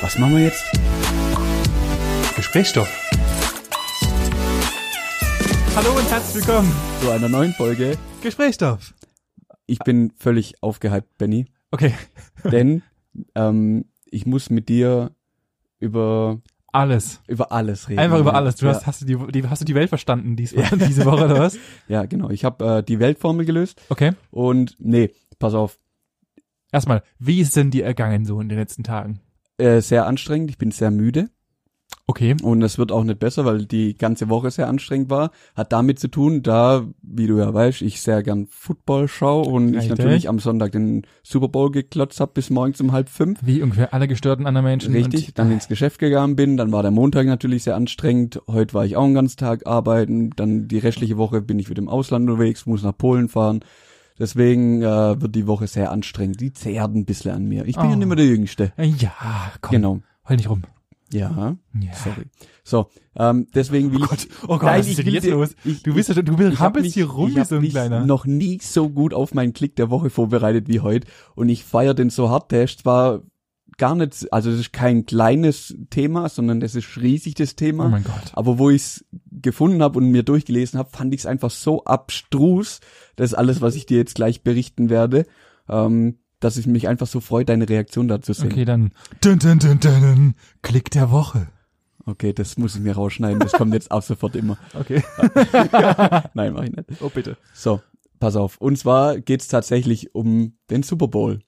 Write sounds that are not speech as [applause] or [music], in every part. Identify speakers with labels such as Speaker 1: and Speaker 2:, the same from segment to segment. Speaker 1: Was machen wir jetzt?
Speaker 2: Gesprächsstoff. Hallo und herzlich willkommen.
Speaker 1: Zu einer neuen Folge.
Speaker 2: Gesprächsstoff.
Speaker 1: Ich bin völlig aufgehypt, Benny,
Speaker 2: Okay.
Speaker 1: [laughs] denn ähm, ich muss mit dir über
Speaker 2: Alles.
Speaker 1: über alles reden.
Speaker 2: Einfach über alles. Du
Speaker 1: ja,
Speaker 2: hast, halt hast, du die, die, hast du die Welt verstanden diesmal, diese Woche
Speaker 1: [laughs]
Speaker 2: oder was?
Speaker 1: ja genau. Ich habe äh, die Weltformel gelöst
Speaker 2: Okay.
Speaker 1: und nee, pass auf,
Speaker 2: Erstmal, wie ist denn dir ergangen so in den letzten Tagen?
Speaker 1: äh, sehr anstrengend. Ich bin sehr müde
Speaker 2: Okay.
Speaker 1: und es wird auch nicht besser, weil die ganze Woche sehr anstrengend war. Hat damit zu tun, da wie du ja weißt, ich sehr gern Football schaue und ich
Speaker 2: Richtig.
Speaker 1: natürlich am Sonntag den Super Bowl geklotzt hab bis morgens um halb fünf.
Speaker 2: Wie ungefähr alle gestörten anderen Menschen.
Speaker 1: Richtig,
Speaker 2: Und,
Speaker 1: dann [laughs] ins Geschäft gegangen bin, dann war der Montag natürlich sehr anstrengend, heute war ich auch einen ganzen Tag arbeiten, dann die restliche Woche bin ich wieder im Ausland unterwegs, muss nach Polen fahren. Deswegen äh, wird die Woche sehr anstrengend, die zehrt ein bisschen an mir. Ich bin
Speaker 2: Oh.
Speaker 1: ja nicht mehr der Jüngste.
Speaker 2: ja, komm.
Speaker 1: Genau.
Speaker 2: Heul nicht rum.
Speaker 1: Ja,
Speaker 2: Ja.
Speaker 1: sorry. So, ähm, deswegen will ich...
Speaker 2: Oh Gott,
Speaker 1: Nein,
Speaker 2: was
Speaker 1: ich
Speaker 2: ist denn
Speaker 1: will
Speaker 2: jetzt
Speaker 1: dir-
Speaker 2: los?
Speaker 1: ich-
Speaker 2: Du bist ja schon, du bist,
Speaker 1: Ich hab
Speaker 2: rampelst
Speaker 1: mich-
Speaker 2: hier rum
Speaker 1: ich
Speaker 2: wie
Speaker 1: hab
Speaker 2: so ein
Speaker 1: mich
Speaker 2: kleiner.
Speaker 1: noch nie so gut auf meinen Klick der Woche vorbereitet wie heute und ich feier den so hart. Der ist zwar gar nicht, also das ist kein kleines Thema, sondern das ist riesig das Thema.
Speaker 2: Oh mein Gott.
Speaker 1: Aber wo ich's gefunden habe und mir durchgelesen habe, fand ich's einfach so abstrus. Das ist alles, was ich dir jetzt gleich berichten werde, ähm, dass ich mich einfach so freue, deine Reaktion dazu sehen.
Speaker 2: Okay, dann. Dun, dun, dun, dun, dun. Klick der Woche.
Speaker 1: okay, das muss ich mir rausschneiden. Das kommt jetzt ab sofort immer. [laughs]
Speaker 2: Okay. [laughs]
Speaker 1: Nein, mach ich nicht.
Speaker 2: Oh, bitte.
Speaker 1: So, pass auf. Und zwar geht's tatsächlich um den Super Bowl.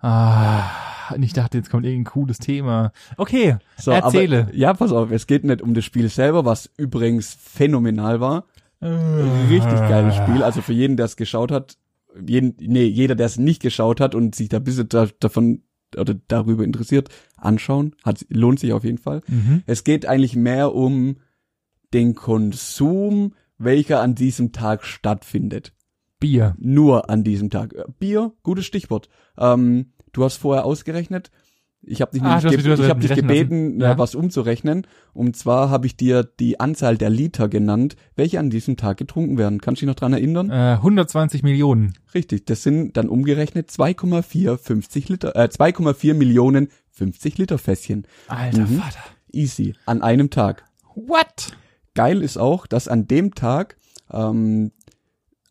Speaker 2: Ah, und ich dachte, jetzt kommt irgendein cooles Thema. Okay,
Speaker 1: So,
Speaker 2: erzähle.
Speaker 1: Aber, ja, pass auf. Es geht nicht um das Spiel selber, was übrigens phänomenal war. Richtig geiles Spiel. Also für jeden, der es geschaut hat, jeden, nee, jeder, der es nicht geschaut hat und sich da ein bisschen da, davon oder darüber interessiert, anschauen. Hat, lohnt sich auf jeden Fall.
Speaker 2: Mhm.
Speaker 1: Es geht eigentlich mehr um den Konsum, welcher an diesem Tag stattfindet.
Speaker 2: Bier.
Speaker 1: Nur an diesem Tag. Äh, Bier, gutes Stichwort. Ähm, du hast vorher ausgerechnet. Ich habe dich,
Speaker 2: Ah, du hast
Speaker 1: nämlich
Speaker 2: mich- du hast
Speaker 1: ge- ich hab
Speaker 2: mich
Speaker 1: dich
Speaker 2: rechnen
Speaker 1: gebeten,
Speaker 2: lassen. Ja.
Speaker 1: äh, was umzurechnen. Und zwar habe ich dir die Anzahl der Liter genannt, welche an diesem Tag getrunken werden. Kannst du dich noch dran erinnern?
Speaker 2: Äh, 120 Millionen.
Speaker 1: Richtig, das sind dann umgerechnet 2,450 Liter, äh, 2,4 Millionen 50 Liter Fässchen.
Speaker 2: Alter
Speaker 1: Mhm.
Speaker 2: Vater.
Speaker 1: Easy, an einem Tag.
Speaker 2: What?
Speaker 1: geil ist auch, dass an dem Tag, ähm,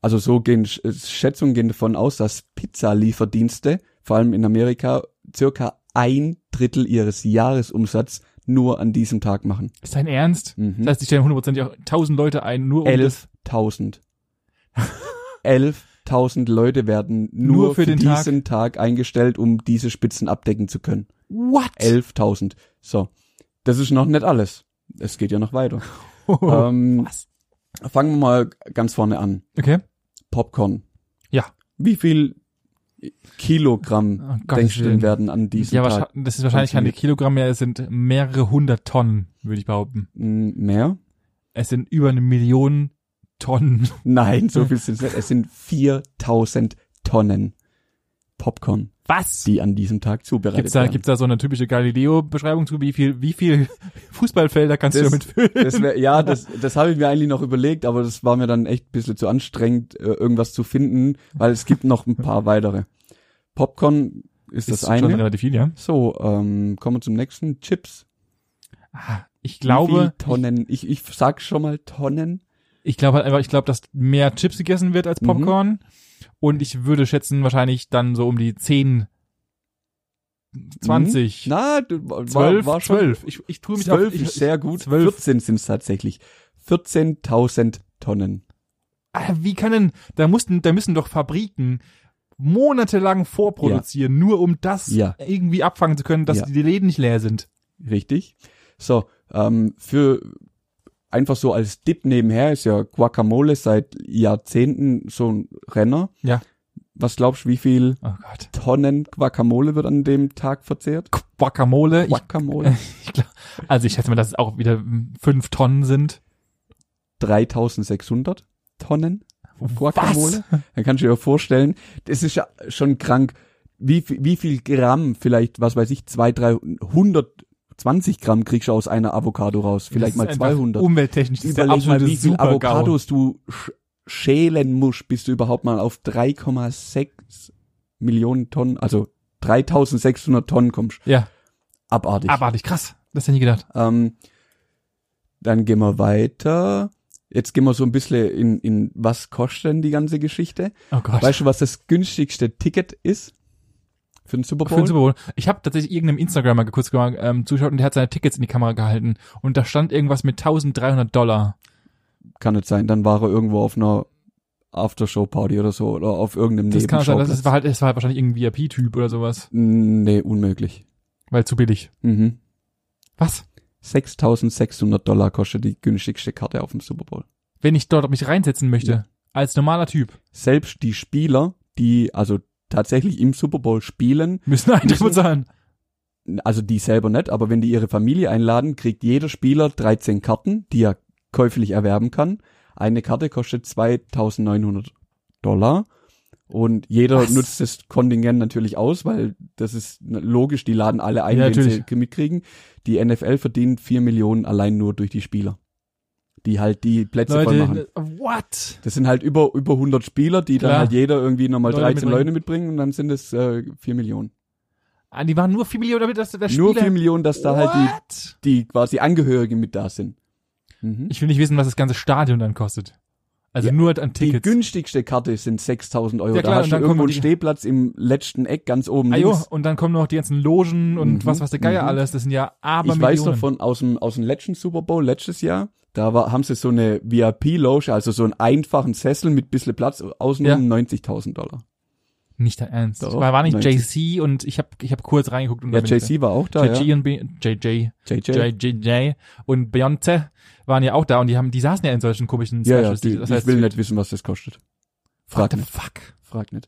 Speaker 1: also so gehen Sch- Schätzungen gehen davon aus, dass Pizzalieferdienste, vor allem in Amerika, circa ein Drittel ihres Jahresumsatz nur an diesem Tag machen.
Speaker 2: Ist dein Ernst?
Speaker 1: Mhm.
Speaker 2: Das heißt, die stellen hundertprozentig auch 1000 Leute ein, nur um das.
Speaker 1: [laughs] 11.000. 11.000 Leute werden nur, für, den diesen Tag. eingestellt, um diese Spitzen abdecken zu können.
Speaker 2: What? [laughs]
Speaker 1: 11.000. So, das ist noch nicht alles. Es geht ja noch weiter.
Speaker 2: [laughs] Oh,
Speaker 1: ähm,
Speaker 2: Was?
Speaker 1: fangen wir mal ganz vorne an.
Speaker 2: Okay.
Speaker 1: Popcorn.
Speaker 2: Ja.
Speaker 1: Wie viel Kilogramm
Speaker 2: Oh, Gottes
Speaker 1: denkst du denn
Speaker 2: Willen.
Speaker 1: werden an diesem
Speaker 2: Ja,
Speaker 1: Tag
Speaker 2: wahrscheinlich- das ist wahrscheinlich keine
Speaker 1: konsumiert.
Speaker 2: Kilogramm mehr, es sind mehrere hundert Tonnen, würde ich behaupten.
Speaker 1: M, mehr?
Speaker 2: Es sind über eine Million Tonnen.
Speaker 1: Nein,
Speaker 2: Äh.
Speaker 1: so viel sind es nicht. Es sind 4000 Tonnen Popcorn,
Speaker 2: Was?
Speaker 1: die an diesem Tag zubereitet
Speaker 2: Gibt's da,
Speaker 1: werden.
Speaker 2: gibt's da so eine typische Galileo-Beschreibung zu, wie viel, wie viel Fußballfelder kannst du
Speaker 1: Das-
Speaker 2: damit füllen?
Speaker 1: das wär, ja, das, das habe ich mir eigentlich noch überlegt, aber das war mir dann echt ein bisschen zu anstrengend, äh, irgendwas zu finden, weil es gibt noch ein paar weitere. Popcorn ist, das
Speaker 2: schon
Speaker 1: eine.
Speaker 2: relativ viel, ja.
Speaker 1: So, ähm, kommen wir zum nächsten. Chips.
Speaker 2: Ah, Ich
Speaker 1: Wie viel
Speaker 2: glaube,
Speaker 1: Tonnen? Ich, ich sag schon mal Tonnen.
Speaker 2: ich glaube halt einfach, ich glaube, dass mehr Chips gegessen wird als
Speaker 1: Mhm.
Speaker 2: Popcorn. Und ich würde schätzen, wahrscheinlich dann so um die 10, 20,
Speaker 1: Mhm. Na, du- war,
Speaker 2: 12,
Speaker 1: war schon
Speaker 2: 12. Ich, ich tue mich auf,
Speaker 1: 12
Speaker 2: ich,
Speaker 1: ist sehr gut.
Speaker 2: 12.
Speaker 1: 14 sind es tatsächlich. 14.000 Tonnen.
Speaker 2: Ah, Wie kann denn, da mussten, da müssen doch Fabriken monatelang vorproduzieren, nur um das
Speaker 1: Ja.
Speaker 2: irgendwie abfangen zu können, dass
Speaker 1: Ja.
Speaker 2: die Läden nicht leer sind.
Speaker 1: Richtig. So, ähm, für einfach so als Dip nebenher ist ja Guacamole seit Jahrzehnten so ein Renner.
Speaker 2: Ja.
Speaker 1: Was glaubst du, wie viel
Speaker 2: Oh Gott.
Speaker 1: Tonnen Guacamole wird an dem Tag verzehrt?
Speaker 2: Guacamole. Ich, Äh.
Speaker 1: Guacamole.
Speaker 2: [laughs] ich glaub, also ich schätze mal, dass es auch wieder fünf Tonnen sind.
Speaker 1: 3600 Tonnen Guacamole. Dann kannst du dir vorstellen, das ist ja schon krank, wie, viel- wie viel Gramm vielleicht, was weiß ich, zwei, drei, 120 Gramm kriegst du aus einer Avocado raus, vielleicht
Speaker 2: Das
Speaker 1: mal
Speaker 2: ist einfach
Speaker 1: 200.
Speaker 2: Umwelttechnisch das ist der
Speaker 1: Überleg mal,
Speaker 2: absolute
Speaker 1: wie viel
Speaker 2: Super-GAU.
Speaker 1: Avocados du sch schälen musst, bis du überhaupt mal auf 3,6 Millionen Tonnen, also 3600 Tonnen kommst.
Speaker 2: Ja,
Speaker 1: abartig.
Speaker 2: Abartig, krass. Das hätte ich nie gedacht.
Speaker 1: Ähm, dann gehen wir weiter. Jetzt gehen wir so ein bisschen in, in was kostet denn die ganze Geschichte?
Speaker 2: Oh Gott.
Speaker 1: Weißt du, was das günstigste Ticket ist? Für den Super
Speaker 2: Für den
Speaker 1: Bowl?
Speaker 2: Super Bowl. Ich habe tatsächlich irgendeinem Instagramer kurz gemacht, ähm, zuschaut und der hat seine Tickets in die Kamera gehalten und da stand irgendwas mit 1300 Dollar.
Speaker 1: Kann nicht sein. Dann war er irgendwo auf einer Aftershow-Party oder so oder auf irgendeinem
Speaker 2: Das kann auch sein, das
Speaker 1: Nebenschauplatz.
Speaker 2: ist- war halt, es war halt wahrscheinlich irgendein VIP-Typ oder sowas,
Speaker 1: Nee, unmöglich.
Speaker 2: weil zu billig.
Speaker 1: Mhm.
Speaker 2: Was?
Speaker 1: 6600 Dollar kostet die günstigste Karte auf dem Super Bowl.
Speaker 2: Wenn ich dort mich reinsetzen möchte,
Speaker 1: Ja.
Speaker 2: als normaler Typ,
Speaker 1: Selbst die Spieler, die also tatsächlich im Super Bowl spielen,
Speaker 2: müssen Eintritt
Speaker 1: Müssen-
Speaker 2: bezahlen.
Speaker 1: also die selber nicht, aber wenn die ihre Familie einladen, kriegt jeder Spieler 13 Karten, die er käuflich erwerben kann. Eine Karte kostet 2900 Dollar und jeder
Speaker 2: Was?
Speaker 1: nutzt das Kontingent natürlich aus, weil das ist logisch, die laden alle ein,
Speaker 2: Ja,
Speaker 1: wenn sie
Speaker 2: natürlich.
Speaker 1: mitkriegen. Die NFL verdient 4 Millionen allein nur durch die Spieler, die halt die Plätze voll machen.
Speaker 2: Leute, what?
Speaker 1: Das sind halt über, über 100 Spieler, die dann
Speaker 2: Klar.
Speaker 1: halt jeder irgendwie nochmal
Speaker 2: Leute
Speaker 1: 13
Speaker 2: mitbringen.
Speaker 1: Leute mitbringen und dann sind es äh, 4 Millionen.
Speaker 2: Ah, die waren nur 4 Millionen, damit das der
Speaker 1: Nur
Speaker 2: Spieler...
Speaker 1: 4 Millionen, dass da halt
Speaker 2: What?
Speaker 1: die, die quasi Angehörigen mit da sind. Mhm.
Speaker 2: Ich will nicht wissen, was das ganze Stadion dann kostet. Also
Speaker 1: Ja,
Speaker 2: nur an
Speaker 1: Die
Speaker 2: Tickets.
Speaker 1: günstigste Karte sind 6000 Euro.
Speaker 2: Ja, klar,
Speaker 1: da
Speaker 2: und
Speaker 1: hast du
Speaker 2: dann
Speaker 1: irgendwo
Speaker 2: kommen
Speaker 1: einen
Speaker 2: die-
Speaker 1: Stehplatz im letzten Eck ganz oben
Speaker 2: Ah, jo,
Speaker 1: links.
Speaker 2: und dann kommen noch die ganzen Logen und
Speaker 1: Mhm,
Speaker 2: was, was der Geier
Speaker 1: mhm.
Speaker 2: alles. Das sind ja aber
Speaker 1: Ich weiß noch von aus dem, aus dem letzten Super Bowl letztes Jahr. Da war, haben sie so eine VIP-Loge, also so einen einfachen Sessel mit bisschen Platz, außenrum 90.000 Dollar.
Speaker 2: Nicht dein Ernst.
Speaker 1: Doch,
Speaker 2: war, war nicht
Speaker 1: 90.
Speaker 2: JC und ich habe ich hab kurz reingeguckt. Und
Speaker 1: Ja,
Speaker 2: dann bin ich
Speaker 1: JC war auch
Speaker 2: da.
Speaker 1: da,
Speaker 2: JG
Speaker 1: ja.
Speaker 2: und B JJ,
Speaker 1: JJ.
Speaker 2: JJJ und Beyoncé waren ja auch da und die haben, die saßen ja in solchen komischen
Speaker 1: Ja, ja,
Speaker 2: Specials.
Speaker 1: die,
Speaker 2: das
Speaker 1: ich
Speaker 2: heißt,
Speaker 1: will nicht wissen, was das kostet.
Speaker 2: What
Speaker 1: Frag
Speaker 2: the
Speaker 1: nicht,
Speaker 2: fuck?
Speaker 1: frag nicht.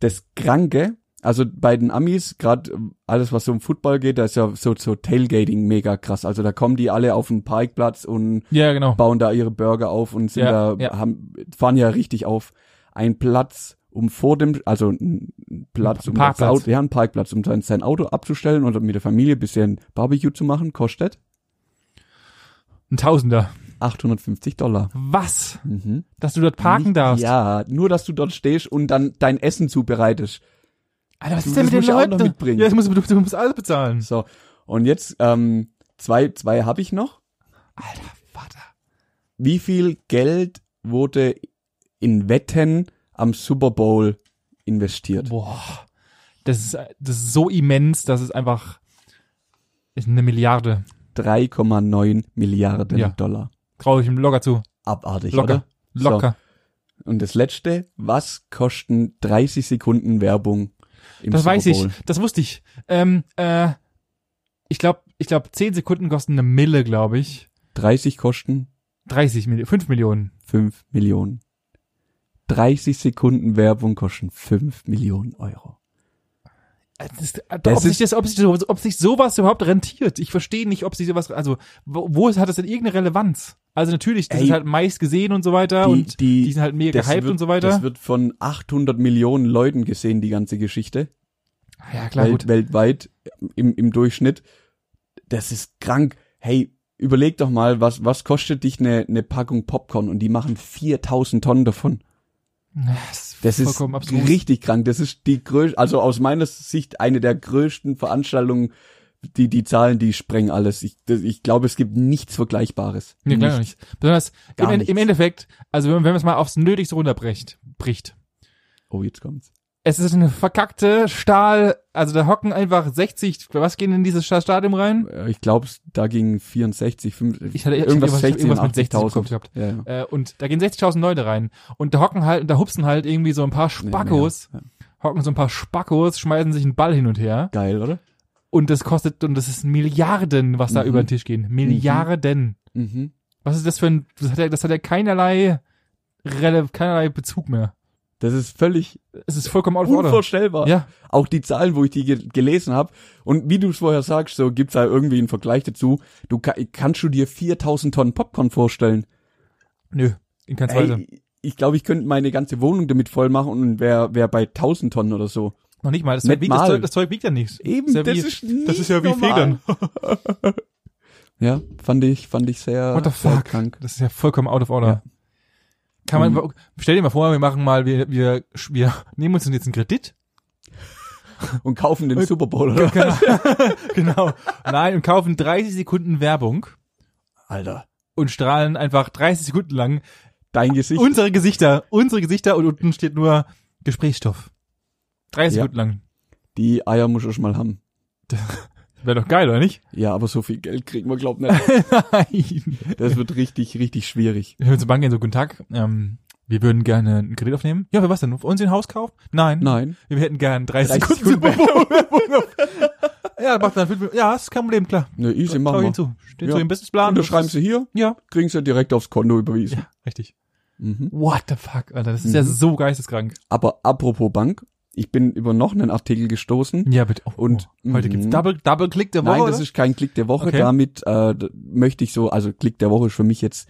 Speaker 1: Das Kranke, also bei den Amis, gerade alles, was so um Football geht, da ist ja so, so Tailgating mega krass. Also da kommen die alle auf den Parkplatz und
Speaker 2: Ja, genau.
Speaker 1: bauen da ihre Burger auf und sind da,
Speaker 2: Ja, ja.
Speaker 1: Haben, fahren ja richtig auf. Ein Platz, um vor dem, also ein ein Platz,
Speaker 2: Ein
Speaker 1: um das
Speaker 2: Parkplatz.
Speaker 1: Auto, ja, ein Parkplatz, um sein, sein Auto abzustellen oder mit der Familie ein bisschen Barbecue zu machen, kostet
Speaker 2: Ein Tausender.
Speaker 1: 850 Dollar.
Speaker 2: Was?
Speaker 1: Mhm.
Speaker 2: Dass du dort parken
Speaker 1: Nicht-
Speaker 2: darfst?
Speaker 1: Ja, nur dass du dort stehst und dann dein Essen zubereitest.
Speaker 2: Alter, was
Speaker 1: Du-
Speaker 2: ist denn
Speaker 1: das
Speaker 2: mit den
Speaker 1: muss ich auch noch
Speaker 2: Leuten?
Speaker 1: mitbringen.
Speaker 2: Ja, das musst, du, du musst alles bezahlen.
Speaker 1: So, und jetzt ähm, zwei, zwei habe ich noch.
Speaker 2: Alter, Vater.
Speaker 1: Wie viel Geld wurde in Wetten am Super Bowl investiert?
Speaker 2: Boah. Das ist, das ist so immens, dass es einfach ist eine Milliarde.
Speaker 1: 3,9 Milliarden
Speaker 2: Ja.
Speaker 1: Dollar.
Speaker 2: Traue ich ihm locker zu.
Speaker 1: Abartig,
Speaker 2: Locker.
Speaker 1: oder?
Speaker 2: Locker.
Speaker 1: So. Und das letzte, was kosten 30 Sekunden Werbung im
Speaker 2: Das
Speaker 1: Super
Speaker 2: weiß ich.
Speaker 1: Bowl?
Speaker 2: Das wusste ich. Ähm, äh, ich glaube, ich glaube, 10 Sekunden kosten eine Mille, glaube ich.
Speaker 1: 30 kosten
Speaker 2: 30 Millionen, 5 Millionen.
Speaker 1: 5 Millionen. 30 Sekunden Werbung kosten 5 Millionen Euro.
Speaker 2: Das ist, äh, ob,
Speaker 1: Das
Speaker 2: sich das, ob, sich sowas, ob sich sowas überhaupt rentiert. Ich verstehe nicht, ob sich sowas, also, wo, wo hat das denn irgendeine Relevanz? Also natürlich, das
Speaker 1: Ey.
Speaker 2: ist halt meist gesehen und so weiter
Speaker 1: Die-
Speaker 2: und
Speaker 1: die-
Speaker 2: die sind halt mega gehypt
Speaker 1: wird,
Speaker 2: und so weiter.
Speaker 1: Das wird von 800 Millionen Leuten gesehen, die ganze Geschichte.
Speaker 2: ja, klar,
Speaker 1: Welt,
Speaker 2: gut.
Speaker 1: weltweit im, im Durchschnitt. Das ist krank. Hey, überleg doch mal, was, was kostet dich eine, eine Packung Popcorn? Und die machen 4000 Tonnen davon. Das ist
Speaker 2: vollkommen abstrus.
Speaker 1: richtig krank. Das ist die größte, also aus meiner Sicht eine der größten Veranstaltungen, die, die Zahlen, die sprengen alles. Ich, das, ich glaube, es gibt nichts Vergleichbares.
Speaker 2: Nee, klar nicht. Besonders
Speaker 1: Gar
Speaker 2: im, En- im
Speaker 1: nichts.
Speaker 2: Endeffekt, also wenn, wenn man es mal aufs Nötigste runterbricht, bricht.
Speaker 1: Oh, jetzt kommt's.
Speaker 2: Es ist eine verkackte Stahl, also da hocken einfach 60, was gehen in dieses Sta- Stadion rein?
Speaker 1: Äh, Ich glaube, da ging 64, 5,
Speaker 2: Ich hatte ich hatte
Speaker 1: irgendwas, 16,
Speaker 2: irgendwas mit 60 im
Speaker 1: 80.000.
Speaker 2: Kopf gehabt.
Speaker 1: Ja, ja.
Speaker 2: Äh, und da gehen 60.000 Leute rein. Und da hocken halt, da hupsen halt irgendwie so ein paar
Speaker 1: Nee,
Speaker 2: Spackos,
Speaker 1: mehr. Ja.
Speaker 2: hocken so ein paar Spackos, schmeißen sich einen Ball hin und her.
Speaker 1: Geil, oder?
Speaker 2: Und das kostet, und das ist Milliarden, was da
Speaker 1: Mhm.
Speaker 2: über den Tisch gehen. Milliarden.
Speaker 1: Mhm.
Speaker 2: Was ist das für ein, das hat ja, das hat ja keinerlei, rele, keinerlei Bezug mehr.
Speaker 1: Das ist völlig
Speaker 2: Es ist vollkommen out of order.
Speaker 1: unvorstellbar.
Speaker 2: Ja,
Speaker 1: Auch die Zahlen, wo ich die ge gelesen habe. Und wie du es vorher sagst, so gibt's da irgendwie einen Vergleich dazu. Du ka kannst du dir 4000 Tonnen Popcorn vorstellen?
Speaker 2: nö, in keiner Weise.
Speaker 1: Ey, ich glaube, ich könnte meine ganze Wohnung damit voll machen und wär, wär bei 1000 Tonnen oder so.
Speaker 2: Noch nicht mal, das,
Speaker 1: Nicht
Speaker 2: Zeug wiegt, das,
Speaker 1: mal.
Speaker 2: Zeug, das Zeug wiegt ja nichts.
Speaker 1: Eben,
Speaker 2: Ist ja wie-
Speaker 1: nicht
Speaker 2: das ist ja wie
Speaker 1: normal. [laughs] Ja, fand ich, fand ich sehr,
Speaker 2: What the
Speaker 1: sehr
Speaker 2: fuck?
Speaker 1: krank.
Speaker 2: Das ist ja Mhm. vollkommen out of order. Kann [laughs] man, stell dir mal vor, wir machen mal, wir, wir, wir nehmen uns denn jetzt einen Kredit
Speaker 1: und kaufen den Super Bowl oder
Speaker 2: genau. [laughs] genau. Nein, und kaufen 30 Sekunden Werbung
Speaker 1: Alter,
Speaker 2: und strahlen einfach 30 Sekunden lang
Speaker 1: dein Gesicht.
Speaker 2: unsere Gesichter, unsere Gesichter und unten steht nur Gesprächsstoff. 30
Speaker 1: Ja.
Speaker 2: Sekunden lang.
Speaker 1: die Eier muss ich mal haben.
Speaker 2: Wäre doch geil, oder [laughs] nicht?
Speaker 1: Ja, aber so viel Geld kriegen wir, glaub nicht.
Speaker 2: Nein.
Speaker 1: Das wird richtig, richtig schwierig.
Speaker 2: Wenn wir zur Bank gehen, so, guten Tag, ähm, wir würden gerne einen Kredit aufnehmen. Ja, für was denn? Für uns den Hauskauf? Nein.
Speaker 1: Nein.
Speaker 2: Wir hätten gern 30
Speaker 1: 30
Speaker 2: Sekunden
Speaker 1: Sekunden
Speaker 2: Werbung. [laughs] ja, macht dann fünf Minuten. Ja, ist kein Problem, klar.
Speaker 1: Ne, easy,
Speaker 2: Schau
Speaker 1: machen wir.
Speaker 2: hinzu. Steht
Speaker 1: Ja.
Speaker 2: so im Businessplan.
Speaker 1: Unterschreiben sie hier,
Speaker 2: Ja,
Speaker 1: kriegen sie direkt aufs Konto überwiesen.
Speaker 2: richtig.
Speaker 1: Mhm.
Speaker 2: What the fuck, Alter. Das ist ja
Speaker 1: Mhm.
Speaker 2: so geisteskrank.
Speaker 1: Aber apropos Bank, ich bin über noch einen Artikel gestoßen.
Speaker 2: Ja, bitte. Oh,
Speaker 1: Und-
Speaker 2: oh. heute gibt's
Speaker 1: Mhm.
Speaker 2: Double, Double Click der Woche.
Speaker 1: Nein, das
Speaker 2: oder?
Speaker 1: ist kein Klick der Woche.
Speaker 2: Okay.
Speaker 1: Damit äh, d- möchte ich so, also Klick der Woche ist für mich jetzt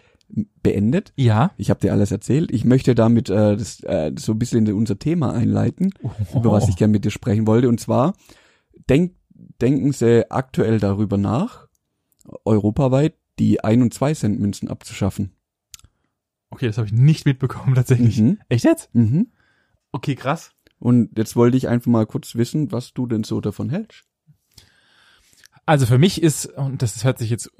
Speaker 1: beendet.
Speaker 2: Ja.
Speaker 1: Ich habe dir alles erzählt. Ich möchte damit äh, das, äh, so ein bisschen in unser Thema einleiten, über
Speaker 2: Oh.
Speaker 1: was ich gerne mit dir sprechen wollte. Und zwar denk, denken Sie aktuell darüber nach, europaweit die 1 und 2 Cent Münzen abzuschaffen.
Speaker 2: Okay, das habe ich nicht mitbekommen, [laughs] tatsächlich.
Speaker 1: Mhm.
Speaker 2: Echt jetzt?
Speaker 1: Mhm.
Speaker 2: Okay, krass.
Speaker 1: Und jetzt wollte ich einfach mal kurz wissen, was du denn so davon hältst.
Speaker 2: Also für mich ist, und das hört sich jetzt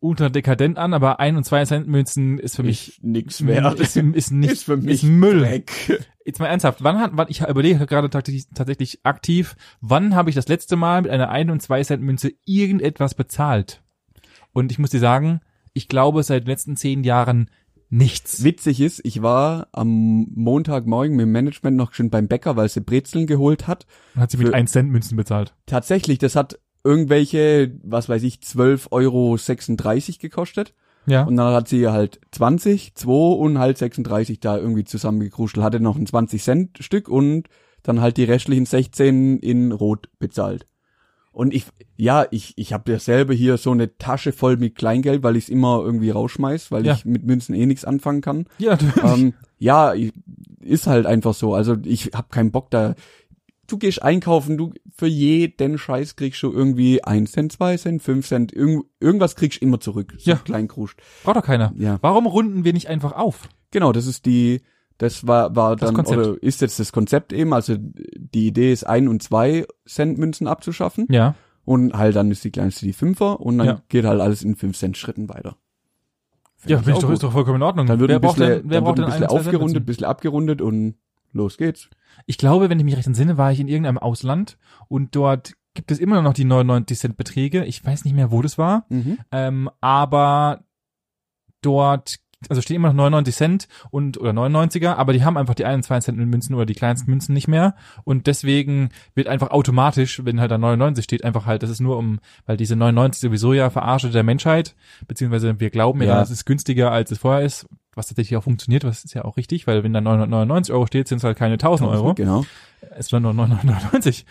Speaker 2: ultra dekadent an, aber 1 und 2 Cent Münzen ist für mich
Speaker 1: Ist nix
Speaker 2: Ist, ist
Speaker 1: [laughs]
Speaker 2: nicht,
Speaker 1: Ist für mich
Speaker 2: ist Müll.
Speaker 1: Dreck.
Speaker 2: Jetzt mal ernsthaft, wann hat, wann, ich überlege gerade tatsächlich, tatsächlich aktiv, wann habe ich das letzte Mal mit einer 1 und 2 Cent Münze irgendetwas bezahlt? Und ich muss dir sagen, ich glaube seit den letzten zehn Jahren nichts.
Speaker 1: Witzig ist, ich war am Montagmorgen mit dem Management noch schön beim Bäcker, weil sie Brezeln geholt hat.
Speaker 2: Man hat sie mit
Speaker 1: Für-
Speaker 2: 1 Cent Münzen bezahlt.
Speaker 1: Tatsächlich, das hat irgendwelche, was weiß ich, 12,36 Euro gekostet.
Speaker 2: Ja.
Speaker 1: Und dann hat sie halt 20, 2 und halt 36 da irgendwie zusammengekruschelt. Hatte noch ein 20 Cent Stück und dann halt die restlichen 16 in Rot bezahlt. Und ich, ja, ich, ich habe ja selber hier so eine Tasche voll mit Kleingeld, weil ich es immer irgendwie rausschmeiß, weil
Speaker 2: Ja.
Speaker 1: ich mit Münzen eh nichts anfangen kann.
Speaker 2: [laughs] ja, natürlich.
Speaker 1: ähm, ja, ich- ist halt einfach so. Also ich hab keinen Bock da. Du gehst einkaufen, du für jeden Scheiß kriegst du irgendwie 1 Cent, 2 Cent, 5 Cent, irgend, irgendwas kriegst du immer zurück. So
Speaker 2: Ja.
Speaker 1: Kleinkruscht.
Speaker 2: Braucht doch keiner.
Speaker 1: Ja.
Speaker 2: Warum runden wir nicht einfach auf?
Speaker 1: Genau, das ist die, das war, war
Speaker 2: Das
Speaker 1: dann,
Speaker 2: Konzept.
Speaker 1: oder ist jetzt das Konzept eben. Also die Idee ist, 1 und 2 Cent Münzen abzuschaffen.
Speaker 2: Ja.
Speaker 1: Und halt dann ist die kleinste die Fünfer und dann
Speaker 2: Ja.
Speaker 1: geht halt alles in 5 Cent Schritten weiter. Find
Speaker 2: Ja,
Speaker 1: ich
Speaker 2: bin
Speaker 1: auch
Speaker 2: ich doch,
Speaker 1: gut.
Speaker 2: ist doch vollkommen in Ordnung.
Speaker 1: Dann wird ein bisschen,
Speaker 2: denn, wer
Speaker 1: dann
Speaker 2: braucht
Speaker 1: wird
Speaker 2: denn
Speaker 1: ein bisschen
Speaker 2: 1 Cent Münzen?
Speaker 1: aufgerundet, bisschen abgerundet und los geht's.
Speaker 2: Ich glaube, wenn ich mich recht entsinne, war ich in irgendeinem Ausland und dort gibt es immer noch die 99 Cent Beträge. Ich weiß nicht mehr, wo das war.
Speaker 1: Mhm.
Speaker 2: Ähm, aber dort, also stehen immer noch 99 Cent und oder 99er, aber die haben einfach die 1 und 2 Cent Münzen oder die kleinsten Münzen nicht mehr. Und deswegen wird einfach automatisch, wenn halt da 99 steht, einfach halt, das ist nur um, weil diese 99 sowieso ja Verarsche der Menschheit, beziehungsweise wir glauben ja,
Speaker 1: Ja.
Speaker 2: es ist günstiger, als es vorher ist. Was tatsächlich auch funktioniert, was ist ja auch richtig, weil wenn da 999 Euro steht, sind es halt keine 1000 Euro.
Speaker 1: Genau.
Speaker 2: Es waren nur 999.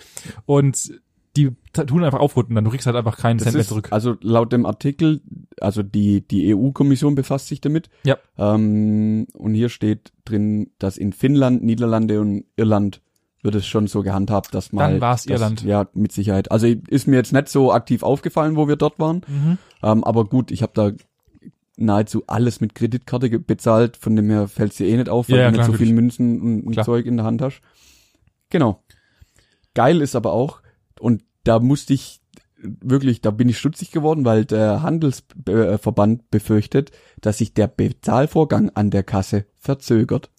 Speaker 2: Und die tun einfach aufrunden, dann du kriegst halt einfach keinen
Speaker 1: Das
Speaker 2: Cent mehr
Speaker 1: ist,
Speaker 2: zurück.
Speaker 1: Also laut dem Artikel, also die, die EU-Kommission befasst sich damit.
Speaker 2: Ja.
Speaker 1: Ähm, und hier steht drin, dass in Finnland, Niederlande und Irland wird es schon so gehandhabt, dass man.
Speaker 2: Dann
Speaker 1: halt
Speaker 2: war's
Speaker 1: das-
Speaker 2: Irland.
Speaker 1: Ja, mit Sicherheit. Also ist mir jetzt nicht so aktiv aufgefallen, wo wir dort waren.
Speaker 2: Mhm.
Speaker 1: Ähm, aber gut, ich habe da nahezu alles mit Kreditkarte ge- bezahlt, von dem her fällt's dir eh nicht auf, weil
Speaker 2: Ja, ja,
Speaker 1: du nicht
Speaker 2: klar,
Speaker 1: so viel
Speaker 2: natürlich.
Speaker 1: Münzen und, und
Speaker 2: Klar.
Speaker 1: Zeug in der Hand hast. Genau. Geil ist aber auch, und da musste ich wirklich, da bin ich stutzig geworden, weil der Handelsverband befürchtet, dass sich der Bezahlvorgang an der Kasse verzögert.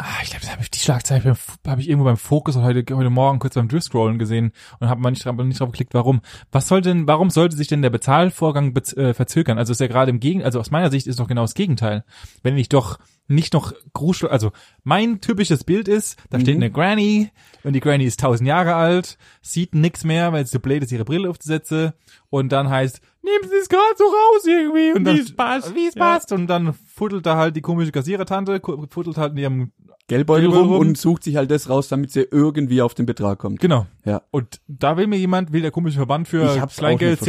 Speaker 2: Ah, ich glaube, das habe ich die Schlagzeile beim F- habe ich irgendwo beim Fokus oder heute heute Morgen kurz beim Durchscrollen gesehen und habe mal nicht drauf, nicht drauf geklickt, warum. Was soll denn, warum sollte sich denn der Bezahlvorgang bez, äh, verzögern? Also ist ja gerade im Gegen, also aus meiner Sicht ist doch genau das Gegenteil. Wenn ich doch nicht noch Grusch, also mein typisches Bild ist, da steht
Speaker 1: Mhm.
Speaker 2: eine Granny und die Granny ist tausend Jahre alt, sieht nix mehr, weil es so blöd ist, ihre Brille aufzusetzen und dann heißt, nehmen Sie es gerade so raus irgendwie und
Speaker 1: Wie
Speaker 2: dann
Speaker 1: es passt.
Speaker 2: wie es
Speaker 1: Ja.
Speaker 2: passt und dann fuddelt da halt die komische Kassierertante, ku- fuddelt halt in ihrem
Speaker 1: Geldbeutel,
Speaker 2: Geldbeutel
Speaker 1: rum,
Speaker 2: rum.
Speaker 1: und sucht sich halt das raus, damit sie irgendwie auf den Betrag kommt.
Speaker 2: Genau.
Speaker 1: Ja.
Speaker 2: Und da will mir jemand, will der komische Verband
Speaker 1: Ich
Speaker 2: für
Speaker 1: hab's auch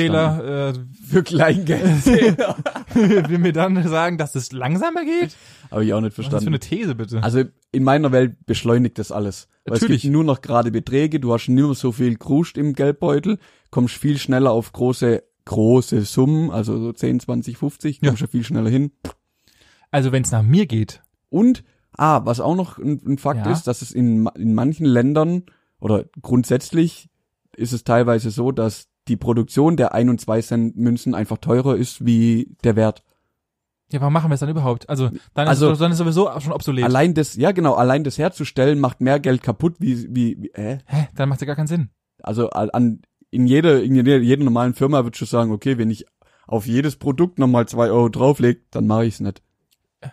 Speaker 2: Kleingeldzähler,
Speaker 1: Für
Speaker 2: [laughs]
Speaker 1: Kleingeld.
Speaker 2: äh, [laughs] will mir dann sagen, dass es langsamer geht?
Speaker 1: Habe ich auch nicht
Speaker 2: Was ist das
Speaker 1: verstanden.
Speaker 2: für eine These, [laughs] bitte?
Speaker 1: Also in meiner Welt beschleunigt das alles. Weil
Speaker 2: Natürlich.
Speaker 1: Es gibt nur noch gerade Beträge, du hast nur so viel Kruscht im Geldbeutel, kommst viel schneller auf große, große Summen, also so 10, 20, 50, kommst ja viel schneller hin.
Speaker 2: Also wenn es nach mir geht,
Speaker 1: Und, ah, was auch noch ein, ein Fakt
Speaker 2: Ja.
Speaker 1: ist, dass es in, ma- in manchen Ländern oder grundsätzlich ist es teilweise so, dass die Produktion der 1 und 2 Cent Münzen einfach teurer ist wie der Wert.
Speaker 2: Ja, warum machen wir es dann überhaupt? Also, dann,
Speaker 1: Also-
Speaker 2: ist, es- dann ist es sowieso schon obsolet.
Speaker 1: Allein das, ja genau, allein das herzustellen macht mehr Geld kaputt wie, wie, wie hä?
Speaker 2: Hä? Dann macht ja gar keinen Sinn.
Speaker 1: Also a- an, in jeder, in jeder, jeder normalen Firma würdest du sagen, okay, wenn ich auf jedes Produkt nochmal zwei Euro drauflege, dann mache ich's nicht.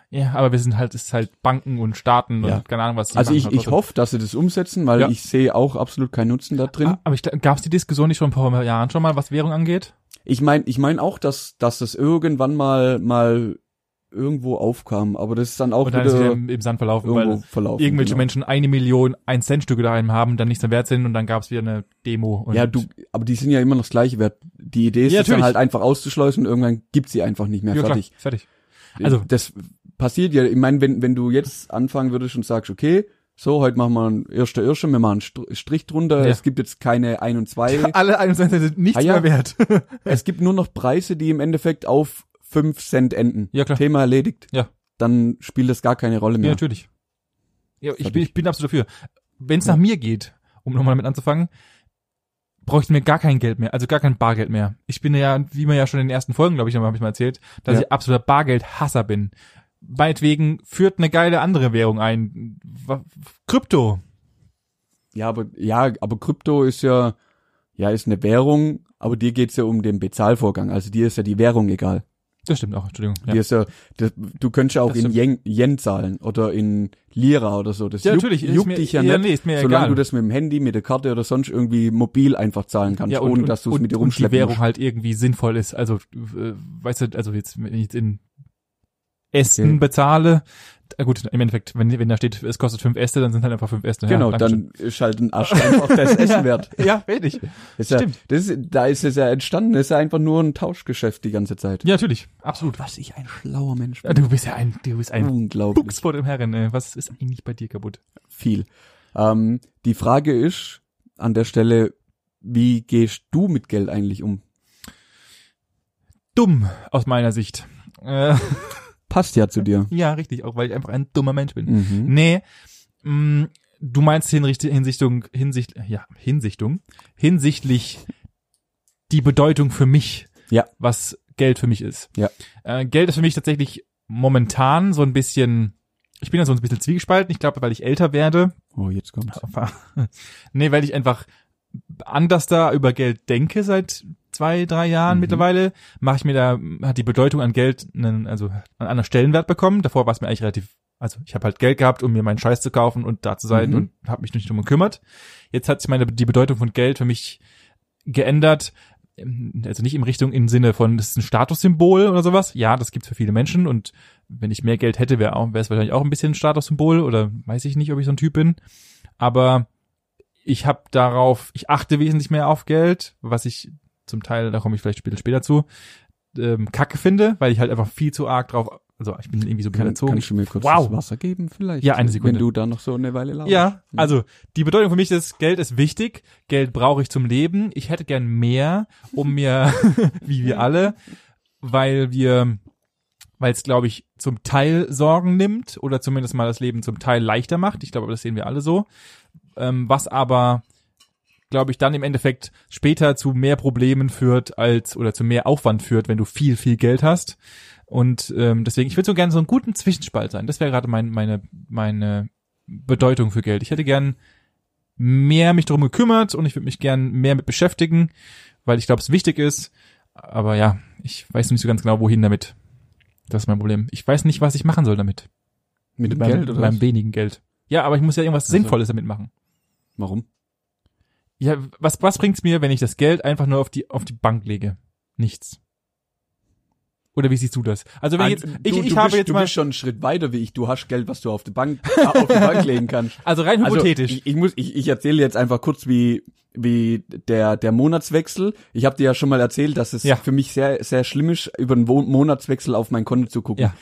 Speaker 2: Ja, aber wir sind halt, es ist halt Banken und Staaten
Speaker 1: Ja.
Speaker 2: und keine Ahnung was. die
Speaker 1: Also
Speaker 2: machen
Speaker 1: ich,
Speaker 2: halt
Speaker 1: ich
Speaker 2: trotzdem.
Speaker 1: hoffe, dass sie das umsetzen, weil
Speaker 2: Ja.
Speaker 1: ich sehe auch absolut keinen Nutzen da drin.
Speaker 2: Ah, Aber ich, gab es die Diskussion nicht schon vor ein paar Jahren schon mal, was Währung angeht?
Speaker 1: Ich meine, ich meine auch, dass, dass das irgendwann mal, mal irgendwo aufkam, aber das ist dann auch
Speaker 2: Und
Speaker 1: wieder,
Speaker 2: dann ist es wieder im, im Sand verlaufen,
Speaker 1: irgendwo
Speaker 2: weil
Speaker 1: verlaufen.
Speaker 2: irgendwelche
Speaker 1: genau.
Speaker 2: Menschen eine Million ein Cent Stücke daheim haben, dann nichts mehr wert sind und dann gab es wieder eine Demo. Und
Speaker 1: Ja, du, aber die sind ja immer noch das gleiche wert. Die Idee ist,
Speaker 2: Ja,
Speaker 1: es dann
Speaker 2: natürlich.
Speaker 1: halt einfach auszuschleusen und irgendwann gibt's sie einfach nicht mehr
Speaker 2: ja,
Speaker 1: fertig.
Speaker 2: fertig. Klar, fertig. Also-
Speaker 1: das passiert ja. Ich meine, wenn, wenn du jetzt anfangen würdest und sagst, okay, so, heute machen wir einen erster Irsche, wir machen einen Str- Strich drunter,
Speaker 2: Ja.
Speaker 1: es gibt jetzt keine 1 und 2.
Speaker 2: Alle 21 sind nichts
Speaker 1: Ah, ja.
Speaker 2: mehr wert. [laughs]
Speaker 1: es gibt nur noch Preise, die im Endeffekt auf 5 Cent enden.
Speaker 2: Ja, klar.
Speaker 1: Thema erledigt.
Speaker 2: Ja.
Speaker 1: Dann spielt das gar keine Rolle
Speaker 2: Ja,
Speaker 1: mehr.
Speaker 2: natürlich. Ja, ich
Speaker 1: Fertig.
Speaker 2: bin, ich bin absolut dafür. Wenn es nach mir geht, um nochmal damit anzufangen, bräuchten wir gar kein Geld mehr, also gar kein Bargeld mehr. Ich bin ja, wie man ja schon in den ersten Folgen, glaube ich, habe ich mal erzählt, dass
Speaker 1: Ja.
Speaker 2: ich absoluter Bargeldhasser bin. Meinetwegen führt eine geile andere Währung ein. Wa- Krypto.
Speaker 1: Ja, aber, ja, aber Krypto ist ja, ja, ist eine Währung, aber dir geht's ja um den Bezahlvorgang. Also dir ist ja die Währung egal.
Speaker 2: Das stimmt auch, Entschuldigung. Ja.
Speaker 1: Dir ist ja, das, du könntest ja auch
Speaker 2: Das
Speaker 1: in
Speaker 2: stimmt.
Speaker 1: Yen, Yen zahlen oder in Lira oder so. Das
Speaker 2: Ja,
Speaker 1: juckt,
Speaker 2: natürlich, ist
Speaker 1: juckt
Speaker 2: mir-
Speaker 1: dich ja,
Speaker 2: ja,
Speaker 1: nicht,
Speaker 2: nee, ist mir
Speaker 1: solange
Speaker 2: egal.
Speaker 1: du das mit dem Handy, mit der Karte oder sonst irgendwie mobil einfach zahlen kannst,
Speaker 2: Ja,
Speaker 1: ohne dass du es mit dir
Speaker 2: und die
Speaker 1: rumschleppen
Speaker 2: Währung
Speaker 1: musst.
Speaker 2: halt irgendwie sinnvoll ist. Also, äh, weißt du, also jetzt, wenn ich jetzt in Ästen
Speaker 1: Okay.
Speaker 2: bezahle, äh, gut, im Endeffekt, wenn, wenn da steht, es kostet fünf Äste, dann sind halt einfach fünf Äste.
Speaker 1: Genau,
Speaker 2: ja,
Speaker 1: dann ist halt ein Asch einfach das
Speaker 2: [laughs]
Speaker 1: Essen wert.
Speaker 2: Dankeschön. Ja, richtig.
Speaker 1: Ist ja,
Speaker 2: Stimmt.
Speaker 1: das, ist- da ist es ja entstanden, ist ja einfach nur ein Tauschgeschäft die ganze Zeit.
Speaker 2: Ja, natürlich, absolut.
Speaker 1: Was ich ein schlauer Mensch
Speaker 2: Ja,
Speaker 1: bin.
Speaker 2: Du bist ja ein, du bist ein
Speaker 1: Unglaublich.
Speaker 2: Buchs vor dem Herren, ey. Was ist eigentlich bei dir kaputt?
Speaker 1: viel. Ähm, die Frage ist an der Stelle, wie gehst du mit Geld eigentlich um?
Speaker 2: Dumm, aus meiner Sicht. Äh, [laughs]
Speaker 1: Passt ja zu dir.
Speaker 2: ja, richtig, auch weil ich einfach ein dummer Mensch bin.
Speaker 1: Mhm.
Speaker 2: Nee, mh, du meinst hinricht- Hinsichtung, Hinsicht, ja, Hinsichtung, hinsichtlich die Bedeutung für mich,
Speaker 1: Ja.
Speaker 2: was Geld für mich ist.
Speaker 1: Ja.
Speaker 2: Äh, Geld ist für mich tatsächlich momentan so ein bisschen, ich bin da so ein bisschen zwiegespalten, ich glaube, weil ich älter werde,
Speaker 1: Oh, jetzt kommt's.
Speaker 2: nee, weil ich einfach anders da über Geld denke seit zwei, drei Jahren
Speaker 1: Mhm.
Speaker 2: mittlerweile, mache ich mir da, hat die Bedeutung an Geld einen, also einen anderen Stellenwert bekommen. Davor war es mir eigentlich relativ, also ich habe halt Geld gehabt, um mir meinen Scheiß zu kaufen und da zu sein
Speaker 1: Mhm.
Speaker 2: und habe mich nicht drum gekümmert. Jetzt hat sich meine, die Bedeutung von Geld für mich geändert. Also nicht in Richtung im Sinne von, das ist ein Statussymbol oder sowas. Ja, das gibt's für viele Menschen und wenn ich mehr Geld hätte, wäre auch- wäre es wahrscheinlich auch ein bisschen ein Statussymbol oder weiß ich nicht, ob ich so ein Typ bin. Aber ich habe darauf, ich achte wesentlich mehr auf Geld, was ich zum Teil, da komme ich vielleicht später, später zu, ähm, kacke finde, weil ich halt einfach viel zu arg drauf, also ich bin irgendwie so
Speaker 1: Kann,
Speaker 2: erzogen.
Speaker 1: Hm, kannst du mir kurz
Speaker 2: Wow.
Speaker 1: das Wasser geben vielleicht?
Speaker 2: Ja, eine Sekunde.
Speaker 1: Wenn du da noch so eine Weile laberst.
Speaker 2: Ja,
Speaker 1: Hm.
Speaker 2: also die Bedeutung für mich ist, Geld ist wichtig, Geld brauche ich zum Leben. Ich hätte gern mehr, um mir, [laughs] wie wir alle, weil wir, weil es, glaube ich, zum Teil Sorgen nimmt oder zumindest mal das Leben zum Teil leichter macht. Ich glaube, das sehen wir alle so. Ähm, was aber, glaube ich, dann im Endeffekt später zu mehr Problemen führt als oder zu mehr Aufwand führt, wenn du viel, viel Geld hast. Und ähm, deswegen, ich würde so gerne so einen guten Zwischenspalt sein. Das wäre gerade mein, meine, meine Bedeutung für Geld. Ich hätte gern mehr mich drum gekümmert und ich würde mich gern mehr mit beschäftigen, weil ich glaube, es wichtig ist. Aber ja, ich weiß nicht so ganz genau, wohin damit. Das ist mein Problem. Ich weiß nicht, was ich machen soll damit.
Speaker 1: mit dem
Speaker 2: meinem,
Speaker 1: Geld oder
Speaker 2: meinem
Speaker 1: was?
Speaker 2: wenigen Geld. Ja, aber ich muss ja irgendwas
Speaker 1: Also.
Speaker 2: Sinnvolles damit machen.
Speaker 1: Warum?
Speaker 2: Also Ja, was, was bringt's mir, wenn ich das Geld einfach nur auf die, auf die Bank lege? Nichts. Oder wie siehst du das? Also wenn ich jetzt,
Speaker 1: Ah,
Speaker 2: ich,
Speaker 1: du,
Speaker 2: ich
Speaker 1: du
Speaker 2: habe
Speaker 1: bist,
Speaker 2: jetzt
Speaker 1: du
Speaker 2: mal,
Speaker 1: bist schon einen Schritt weiter wie ich. Du hast Geld, was du auf die Bank [laughs] auf die Bank legen kannst.
Speaker 2: also rein hypothetisch.
Speaker 1: Also, ich, ich muss, ich, ich erzähle jetzt einfach kurz, wie wie der der Monatswechsel. Ich habe dir ja schon mal erzählt, dass es
Speaker 2: Ja.
Speaker 1: für mich sehr sehr schlimm ist, über den Wo- Monatswechsel auf mein Konto zu gucken.
Speaker 2: Ja.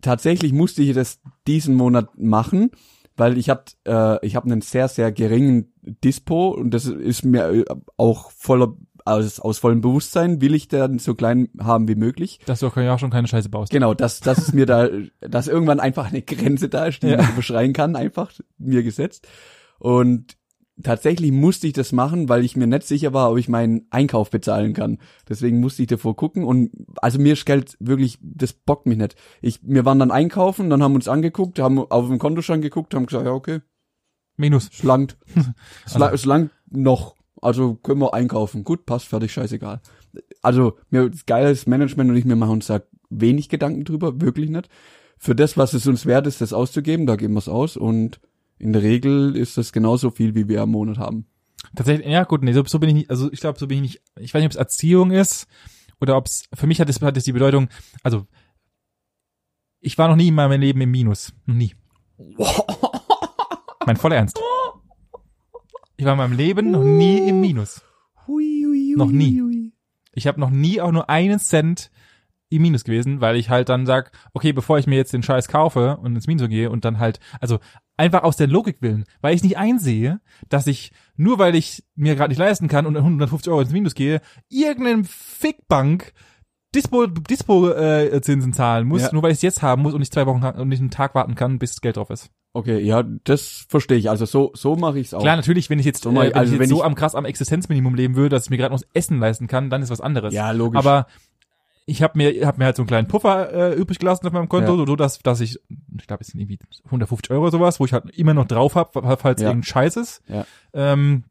Speaker 1: Tatsächlich musste ich das diesen Monat machen, weil ich habe äh, ich habe einen sehr sehr geringen Dispo und das ist mir äh, auch voller aus, aus vollem Bewusstsein will ich den so klein haben wie möglich.
Speaker 2: dass du auch- ja auch schon keine Scheiße baust.
Speaker 1: Genau, dass, dass es mir da, dass irgendwann einfach eine Grenze da ist, die
Speaker 2: Ja.
Speaker 1: man beschreien kann, einfach mir gesetzt. Und tatsächlich musste ich das machen, weil ich mir nicht sicher war, ob ich meinen Einkauf bezahlen kann. Deswegen musste ich davor gucken und also mir stellt wirklich, das bockt mich nicht. Ich, wir waren dann einkaufen, dann haben wir uns angeguckt, haben auf dem Kontostand geguckt, haben gesagt, ja okay,
Speaker 2: Minus.
Speaker 1: es langt, es, la es langt noch, also können wir einkaufen. Gut, passt, fertig, scheißegal. Also mir das geiles Management und ich, wir machen uns da wenig Gedanken drüber, wirklich nicht. Für das, was es uns wert ist, das auszugeben, da geben wir es aus und in der Regel ist das genauso viel, wie wir am Monat haben.
Speaker 2: Tatsächlich, ja gut, nee, so, so bin ich nicht, also ich glaube, so bin ich nicht, ich weiß nicht, ob es Erziehung ist oder ob es, für mich hat es, hat es die Bedeutung, also ich war noch nie in meinem Leben im Minus, noch nie. Mein voller Ernst. Ich war in meinem Leben noch nie im Minus.
Speaker 1: Hui, hui, hui,
Speaker 2: Noch nie.
Speaker 1: Hui.
Speaker 2: Ich habe noch nie auch nur einen Cent im Minus gewesen, weil ich halt dann sag, okay, bevor ich mir jetzt den Scheiß kaufe und ins Minus gehe und dann halt, also einfach aus der Logik willen, weil ich nicht einsehe, dass ich nur weil ich mir gerade nicht leisten kann und 150 Euro ins Minus gehe, irgendeinem Fickbank Dispo, Dispo äh, Zinsen zahlen muss,
Speaker 1: Ja.
Speaker 2: nur weil ich es jetzt haben muss und nicht zwei Wochen und nicht einen Tag warten kann, bis das Geld drauf ist.
Speaker 1: Okay, ja, das verstehe ich. Also so so mache ich's auch.
Speaker 2: Klar, natürlich, wenn ich jetzt,
Speaker 1: So
Speaker 2: äh,
Speaker 1: mal-
Speaker 2: wenn
Speaker 1: also
Speaker 2: ich jetzt
Speaker 1: wenn
Speaker 2: so
Speaker 1: ich-
Speaker 2: am krass am Existenzminimum leben würde, dass ich mir gerade noch das Essen leisten kann, dann ist was anderes.
Speaker 1: Ja, logisch.
Speaker 2: Aber ich habe mir, hab mir halt so einen kleinen Puffer äh, übrig gelassen auf meinem Konto,
Speaker 1: Ja.
Speaker 2: so dass, dass ich, ich glaube, es sind irgendwie 150 Euro oder sowas, wo ich halt immer noch drauf habe, falls
Speaker 1: Ja.
Speaker 2: irgendein Scheiß ist.
Speaker 1: Ja.
Speaker 2: Ähm,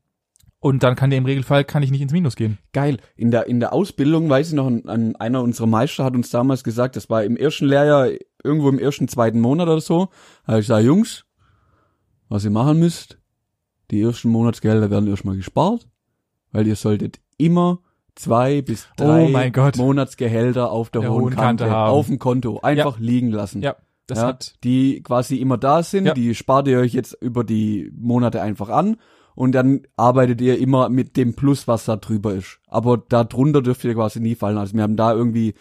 Speaker 2: und dann kann der im Regelfall kann ich nicht ins Minus gehen.
Speaker 1: Geil. In der, in der Ausbildung, weiß ich noch, an, an einer unserer Meister hat uns damals gesagt, das war im ersten Lehrjahr, irgendwo im ersten, zweiten Monat oder so, habe ich gesagt, Jungs, was ihr machen müsst, die ersten Monatsgelder werden erstmal gespart, weil ihr solltet immer zwei bis
Speaker 2: Oh
Speaker 1: drei
Speaker 2: mein Gott.
Speaker 1: Monatsgehälter auf der, hohen Kante,
Speaker 2: haben.
Speaker 1: auf dem Konto, einfach liegen lassen.
Speaker 2: Ja, das
Speaker 1: ja,
Speaker 2: hat
Speaker 1: die quasi immer da sind,
Speaker 2: Ja.
Speaker 1: die spart ihr euch jetzt über die Monate einfach an und dann arbeitet ihr immer mit dem Plus, was da drüber ist. Aber da drunter dürft ihr quasi nie fallen. Also wir haben da irgendwie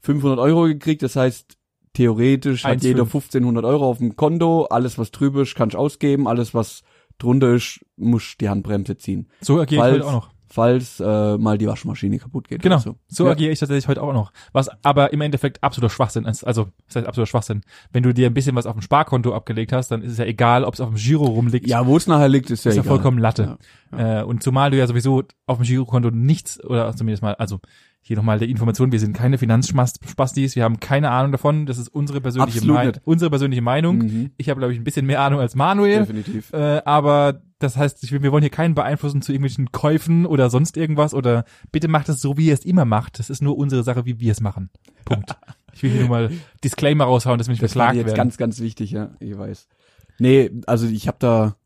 Speaker 1: 500 Euro gekriegt, das heißt theoretisch hat
Speaker 2: 1,5.
Speaker 1: jeder 1500 Euro auf dem Konto, alles was drüber ist, kannst ausgeben, alles was drunter ist, muss die Handbremse ziehen.
Speaker 2: so agiere ich
Speaker 1: falls-
Speaker 2: heute auch noch.
Speaker 1: Falls äh, mal die Waschmaschine kaputt geht.
Speaker 2: Genau,
Speaker 1: oder
Speaker 2: so,
Speaker 1: Ja.
Speaker 2: agiere ich tatsächlich heute auch noch. Was aber im Endeffekt absoluter Schwachsinn ist. Also, das heißt absoluter Schwachsinn. Wenn du dir ein bisschen was auf dem Sparkonto abgelegt hast, dann ist es ja egal, ob es auf dem Giro rumliegt.
Speaker 1: Ja, wo es nachher liegt, ist ja,
Speaker 2: ist ja
Speaker 1: egal.
Speaker 2: vollkommen Latte. Äh, und zumal du ja sowieso auf dem Girokonto nichts, oder zumindest mal, also hier nochmal die Information, wir sind keine Finanzspastis, wir haben keine Ahnung davon, das ist unsere persönliche,
Speaker 1: Absolut
Speaker 2: Meinung.
Speaker 1: nicht.
Speaker 2: unsere persönliche Meinung.
Speaker 1: Mhm,
Speaker 2: Ich habe, glaube ich, ein bisschen mehr Ahnung als Manuel.
Speaker 1: definitiv.
Speaker 2: Äh, aber das heißt, ich, will- wir wollen hier keinen beeinflussen zu irgendwelchen Käufen oder sonst irgendwas oder bitte macht es so, wie ihr es immer macht. Das ist nur unsere Sache, wie wir es machen.
Speaker 1: [laughs]
Speaker 2: Punkt. Ich will hier nur mal Disclaimer raushauen, dass wir nicht
Speaker 1: Das war
Speaker 2: beklagt
Speaker 1: jetzt
Speaker 2: werden.
Speaker 1: ganz, ganz wichtig, ja, ich weiß. Nee, also ich habe da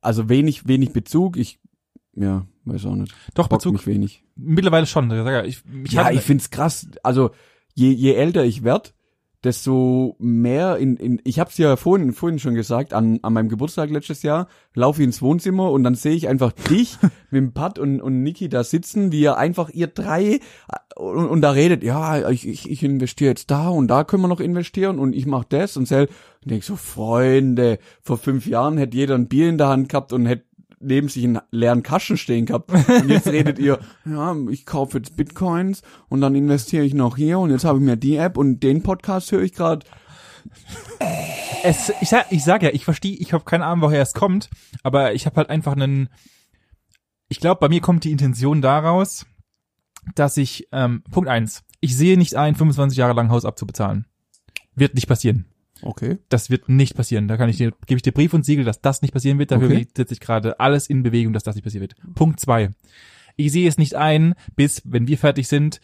Speaker 1: also wenig, wenig Bezug. Ich, ja, weiß auch nicht.
Speaker 2: Doch,
Speaker 1: Bockt
Speaker 2: Bezug,
Speaker 1: mich wenig.
Speaker 2: mittlerweile schon. Ich, sag ja, ich, ich
Speaker 1: ja,
Speaker 2: hatte-
Speaker 1: ich find's krass. Also je, je älter ich werd, desto mehr in, in ich hab's ja vorhin, vorhin schon gesagt, an, an meinem Geburtstag letztes Jahr, laufe ich ins Wohnzimmer und dann sehe ich einfach dich mit dem Pat und, und Niki da sitzen, wie ihr einfach ihr drei äh, und, und da redet, ja, ich, ich, ich investiere jetzt da und da können wir noch investieren und ich mach das und sel und denk so, Freunde, vor fünf Jahren hätte jeder ein Bier in der Hand gehabt und hätte neben sich einen leeren Kasten stehen gehabt. Und jetzt redet [laughs] ihr, ja, ich kaufe jetzt Bitcoins und dann investiere ich noch hier und jetzt habe ich mir die App und den Podcast höre ich gerade.
Speaker 2: es, ich, sag, ich sag ja, ich verstehe, ich habe keine Ahnung, woher es kommt, aber ich habe halt einfach einen. Ich glaube, bei mir kommt die Intention daraus, dass ich ähm, Punkt eins: Ich sehe nicht ein, 25 Jahre lang Haus abzubezahlen. Wird nicht passieren.
Speaker 1: Okay.
Speaker 2: Das wird nicht passieren. Da kann ich dir, gebe ich dir Brief und Siegel, dass das nicht passieren wird. Dafür
Speaker 1: Okay.
Speaker 2: setze ich gerade alles in Bewegung, dass das nicht passieren wird. Punkt zwei. Ich sehe es nicht ein, bis, wenn wir fertig sind,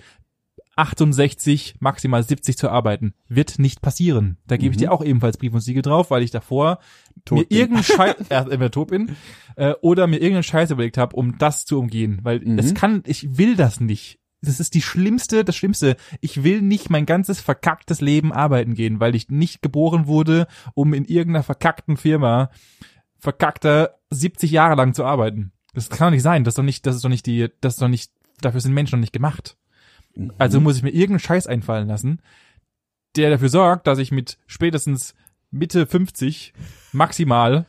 Speaker 2: 68, maximal 70 zu arbeiten. Wird nicht passieren. Da gebe ich
Speaker 1: Mhm.
Speaker 2: dir auch ebenfalls Brief und Siegel drauf, weil ich davor
Speaker 1: Tot
Speaker 2: mir
Speaker 1: bin. [laughs]
Speaker 2: irgendeinen Scheiß, erst entweder tot bin, äh, oder mir irgendeinen Scheiß überlegt habe, um das zu umgehen. Weil
Speaker 1: Mhm.
Speaker 2: es kann, ich will das nicht. Das ist die schlimmste, das Schlimmste. Ich will nicht mein ganzes verkacktes Leben arbeiten gehen, weil ich nicht geboren wurde, um in irgendeiner verkackten Firma verkackter 70 Jahre lang zu arbeiten. Das kann doch nicht sein. Das ist doch nicht, das ist doch nicht die, das ist doch nicht, dafür sind Menschen doch nicht gemacht.
Speaker 1: Mhm.
Speaker 2: Also muss ich mir irgendeinen Scheiß einfallen lassen, der dafür sorgt, dass ich mit spätestens Mitte 50 maximal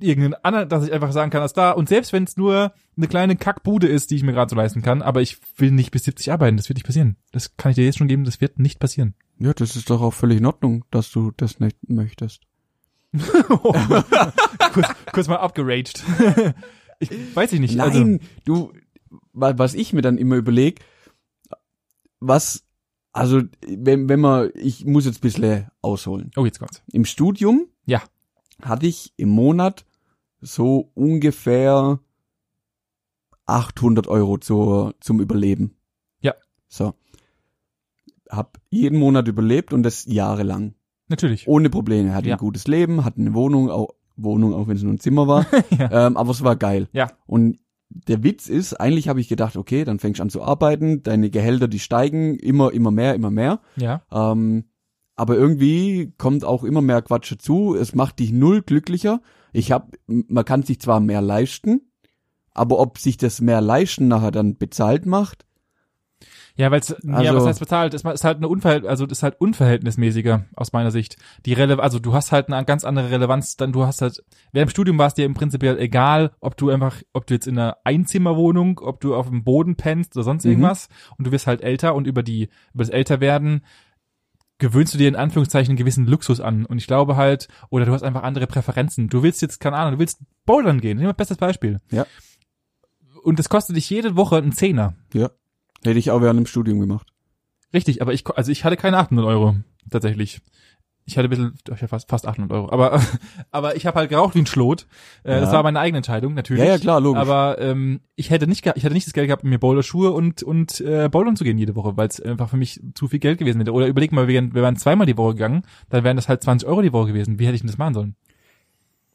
Speaker 2: irgendeinen anderen, dass ich einfach sagen kann, dass da, und selbst wenn es nur eine kleine Kackbude ist, die ich mir gerade so leisten kann, aber ich will nicht bis 70 arbeiten, das wird nicht passieren. Das kann ich dir jetzt schon geben, das wird nicht passieren.
Speaker 1: Ja, das ist doch auch völlig in Ordnung, dass du das nicht möchtest.
Speaker 2: kurz, kurz mal abgeraged. ich weiß ich nicht. also-
Speaker 1: Nein, du, wa- was ich mir dann immer überlege, was, also, wenn, wenn man, ich muss jetzt ein bisschen ausholen.
Speaker 2: Oh, jetzt kommt's.
Speaker 1: Im Studium
Speaker 2: Ja.
Speaker 1: hatte ich im Monat so ungefähr 800 Euro zur, zum Überleben.
Speaker 2: Ja.
Speaker 1: So. Hab jeden Monat überlebt und das jahrelang.
Speaker 2: Natürlich.
Speaker 1: Ohne Probleme. Hatte
Speaker 2: Ja.
Speaker 1: ein gutes Leben, hatte eine Wohnung, auch, Wohnung, auch wenn es nur ein Zimmer war.
Speaker 2: [laughs] Ja.
Speaker 1: ähm, aber es war geil.
Speaker 2: Ja.
Speaker 1: Und der Witz ist, eigentlich habe ich gedacht, okay, dann fängst du an zu arbeiten, deine Gehälter, die steigen immer, immer mehr, immer mehr.
Speaker 2: Ja.
Speaker 1: Ähm, aber irgendwie kommt auch immer mehr Quatsch dazu. Es macht dich null glücklicher. Ich hab, man kann sich zwar mehr leisten, aber ob sich das mehr leisten nachher dann bezahlt macht,
Speaker 2: Ja, weil es, ja,
Speaker 1: Also-
Speaker 2: was heißt bezahlt? Es ma- ist halt eine Unverhält, also das ist halt unverhältnismäßiger aus meiner Sicht. Die Rele also du hast halt eine ganz andere Relevanz, dann du hast halt, während dem Studium war es dir im Prinzip egal, ob du einfach, ob du jetzt in einer Einzimmerwohnung, ob du auf dem Boden pennst oder sonst
Speaker 1: Mhm.
Speaker 2: irgendwas und du wirst halt älter und über die, über das Älterwerden gewöhnst du dir in Anführungszeichen einen gewissen Luxus an und ich glaube halt, oder du hast einfach andere Präferenzen. Du willst jetzt, keine Ahnung, du willst Bouldern gehen, nehmen wir bestes Beispiel.
Speaker 1: Ja.
Speaker 2: Und das kostet dich jede Woche einen Zehner.
Speaker 1: hätte ich auch während dem Studium gemacht.
Speaker 2: Richtig, aber ich, ko- also ich hatte keine 800 Euro, tatsächlich. Ich hatte ein bisschen, ich hatte fast, fast 800 Euro, aber, [laughs] aber ich habe halt geraucht wie ein Schlot. Äh, Das
Speaker 1: Ja.
Speaker 2: war meine eigene Entscheidung, natürlich.
Speaker 1: Ja, ja, klar, logisch.
Speaker 2: Aber ähm, ich hätte nicht, ge- ich hätte nicht das Geld gehabt, mir Bowlerschuhe und und äh, Bowlern zu gehen jede Woche, weil es einfach für mich zu viel Geld gewesen wäre. Oder überleg mal, wir, wären- wir wären zweimal die Woche gegangen, dann wären das halt 20 Euro die Woche gewesen. Wie hätte ich denn das machen sollen?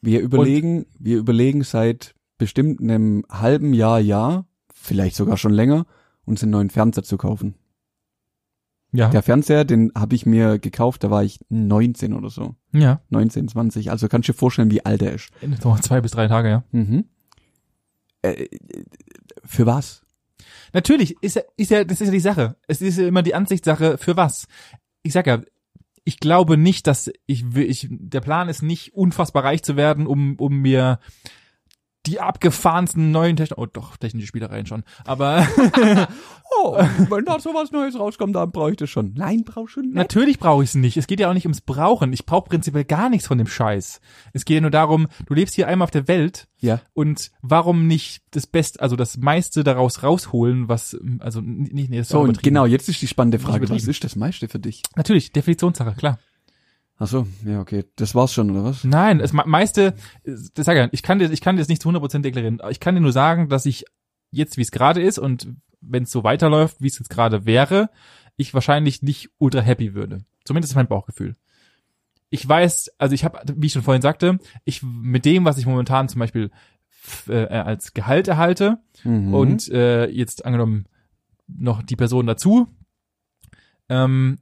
Speaker 1: wir überlegen, wir überlegen seit bestimmt einem halben Jahr, Jahr, vielleicht sogar schon länger, uns einen neuen Fernseher zu kaufen.
Speaker 2: Ja, ja,
Speaker 1: Der Fernseher, den habe ich mir gekauft, da war ich 19 oder so.
Speaker 2: ja.
Speaker 1: 19, 20. Also kannst du dir vorstellen, wie alt er ist.
Speaker 2: So, zwei bis drei Tage, ja.
Speaker 1: Mhm. Äh, für was?
Speaker 2: Natürlich, ist ja, ist ja, das ist ja die Sache. Es ist ja immer die Ansichtssache, für was. Ich sag ja, ich glaube nicht, dass ich, will- ich der Plan ist nicht, unfassbar reich zu werden, um, um mir die abgefahrensten neuen Technologien, oh doch, technische Spielereien schon, aber [laughs]
Speaker 1: Oh, wenn da sowas Neues rauskommt, dann brauche ich das schon. Nein, brauche schon nicht.
Speaker 2: natürlich brauche ich es nicht. Es geht ja auch nicht ums Brauchen. Ich brauche prinzipiell gar nichts von dem Scheiß. Es geht ja nur darum, du lebst hier einmal auf der Welt
Speaker 1: Ja.
Speaker 2: und warum nicht das Beste, also das meiste daraus rausholen, was, also nicht, nee, das ist
Speaker 1: So,
Speaker 2: auch
Speaker 1: und
Speaker 2: übertrieben.
Speaker 1: genau, jetzt ist die spannende Frage. Was
Speaker 2: übertrieben.
Speaker 1: ist das meiste für dich?
Speaker 2: Natürlich, Definitionssache, klar.
Speaker 1: Ach so, ja, okay. Das war's schon, oder was?
Speaker 2: Nein, das me- meiste, das sag ich, ja, ich kann dir, ich kann dir das nicht zu 100% deklarieren. Ich kann dir nur sagen, dass ich jetzt, wie es gerade ist und wenn es so weiterläuft, wie es jetzt gerade wäre, ich wahrscheinlich nicht ultra happy würde. Zumindest ist mein Bauchgefühl. Ich weiß, also ich habe, wie ich schon vorhin sagte, ich mit dem, was ich momentan zum Beispiel f- äh, als Gehalt erhalte,
Speaker 1: Mhm. [laughs]
Speaker 2: und äh, jetzt angenommen noch die Person dazu, ähm,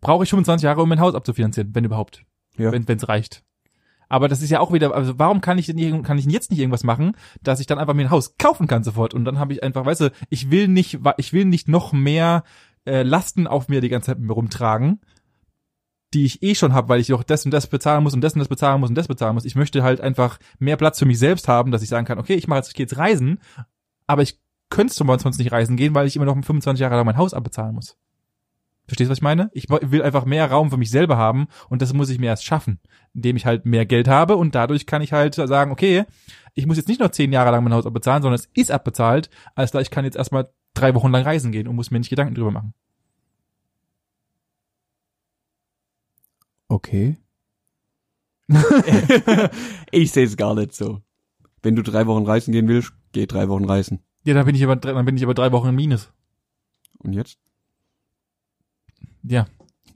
Speaker 2: brauche ich 25 Jahre, um mein Haus abzufinanzieren, wenn überhaupt,
Speaker 1: Ja.
Speaker 2: wenn es reicht. Aber das ist ja auch wieder, also warum kann ich denn irgend- kann ich denn jetzt nicht irgendwas machen, dass ich dann einfach mir ein Haus kaufen kann sofort und dann habe ich einfach, weißt du, ich will nicht, wa- ich will nicht noch mehr äh, Lasten auf mir die ganze Zeit mit mir rumtragen, die ich eh schon habe, weil ich doch das und das bezahlen muss und das und das bezahlen muss und das bezahlen muss. Ich möchte halt einfach mehr Platz für mich selbst haben, dass ich sagen kann, okay, ich mache jetzt, ich gehe jetzt reisen, aber ich könnte zum Beispiel sonst nicht reisen gehen, weil ich immer noch 25 Jahre lang mein Haus abbezahlen muss. Verstehst du, was ich meine? Ich wo- will einfach mehr Raum für mich selber haben und das muss ich mir erst schaffen, indem ich halt mehr Geld habe und dadurch kann ich halt sagen, okay, ich muss jetzt nicht noch 10 Jahre lang mein Haus abbezahlen, sondern es ist abbezahlt, als da ich kann jetzt erstmal drei Wochen lang reisen gehen und muss mir nicht Gedanken drüber machen.
Speaker 1: Okay. ich sehe es gar nicht so. Wenn du drei Wochen reisen gehen willst, geh drei Wochen reisen.
Speaker 2: Ja, dann bin ich aber, drei- dann bin ich aber drei Wochen im Minus.
Speaker 1: Und jetzt?
Speaker 2: Ja.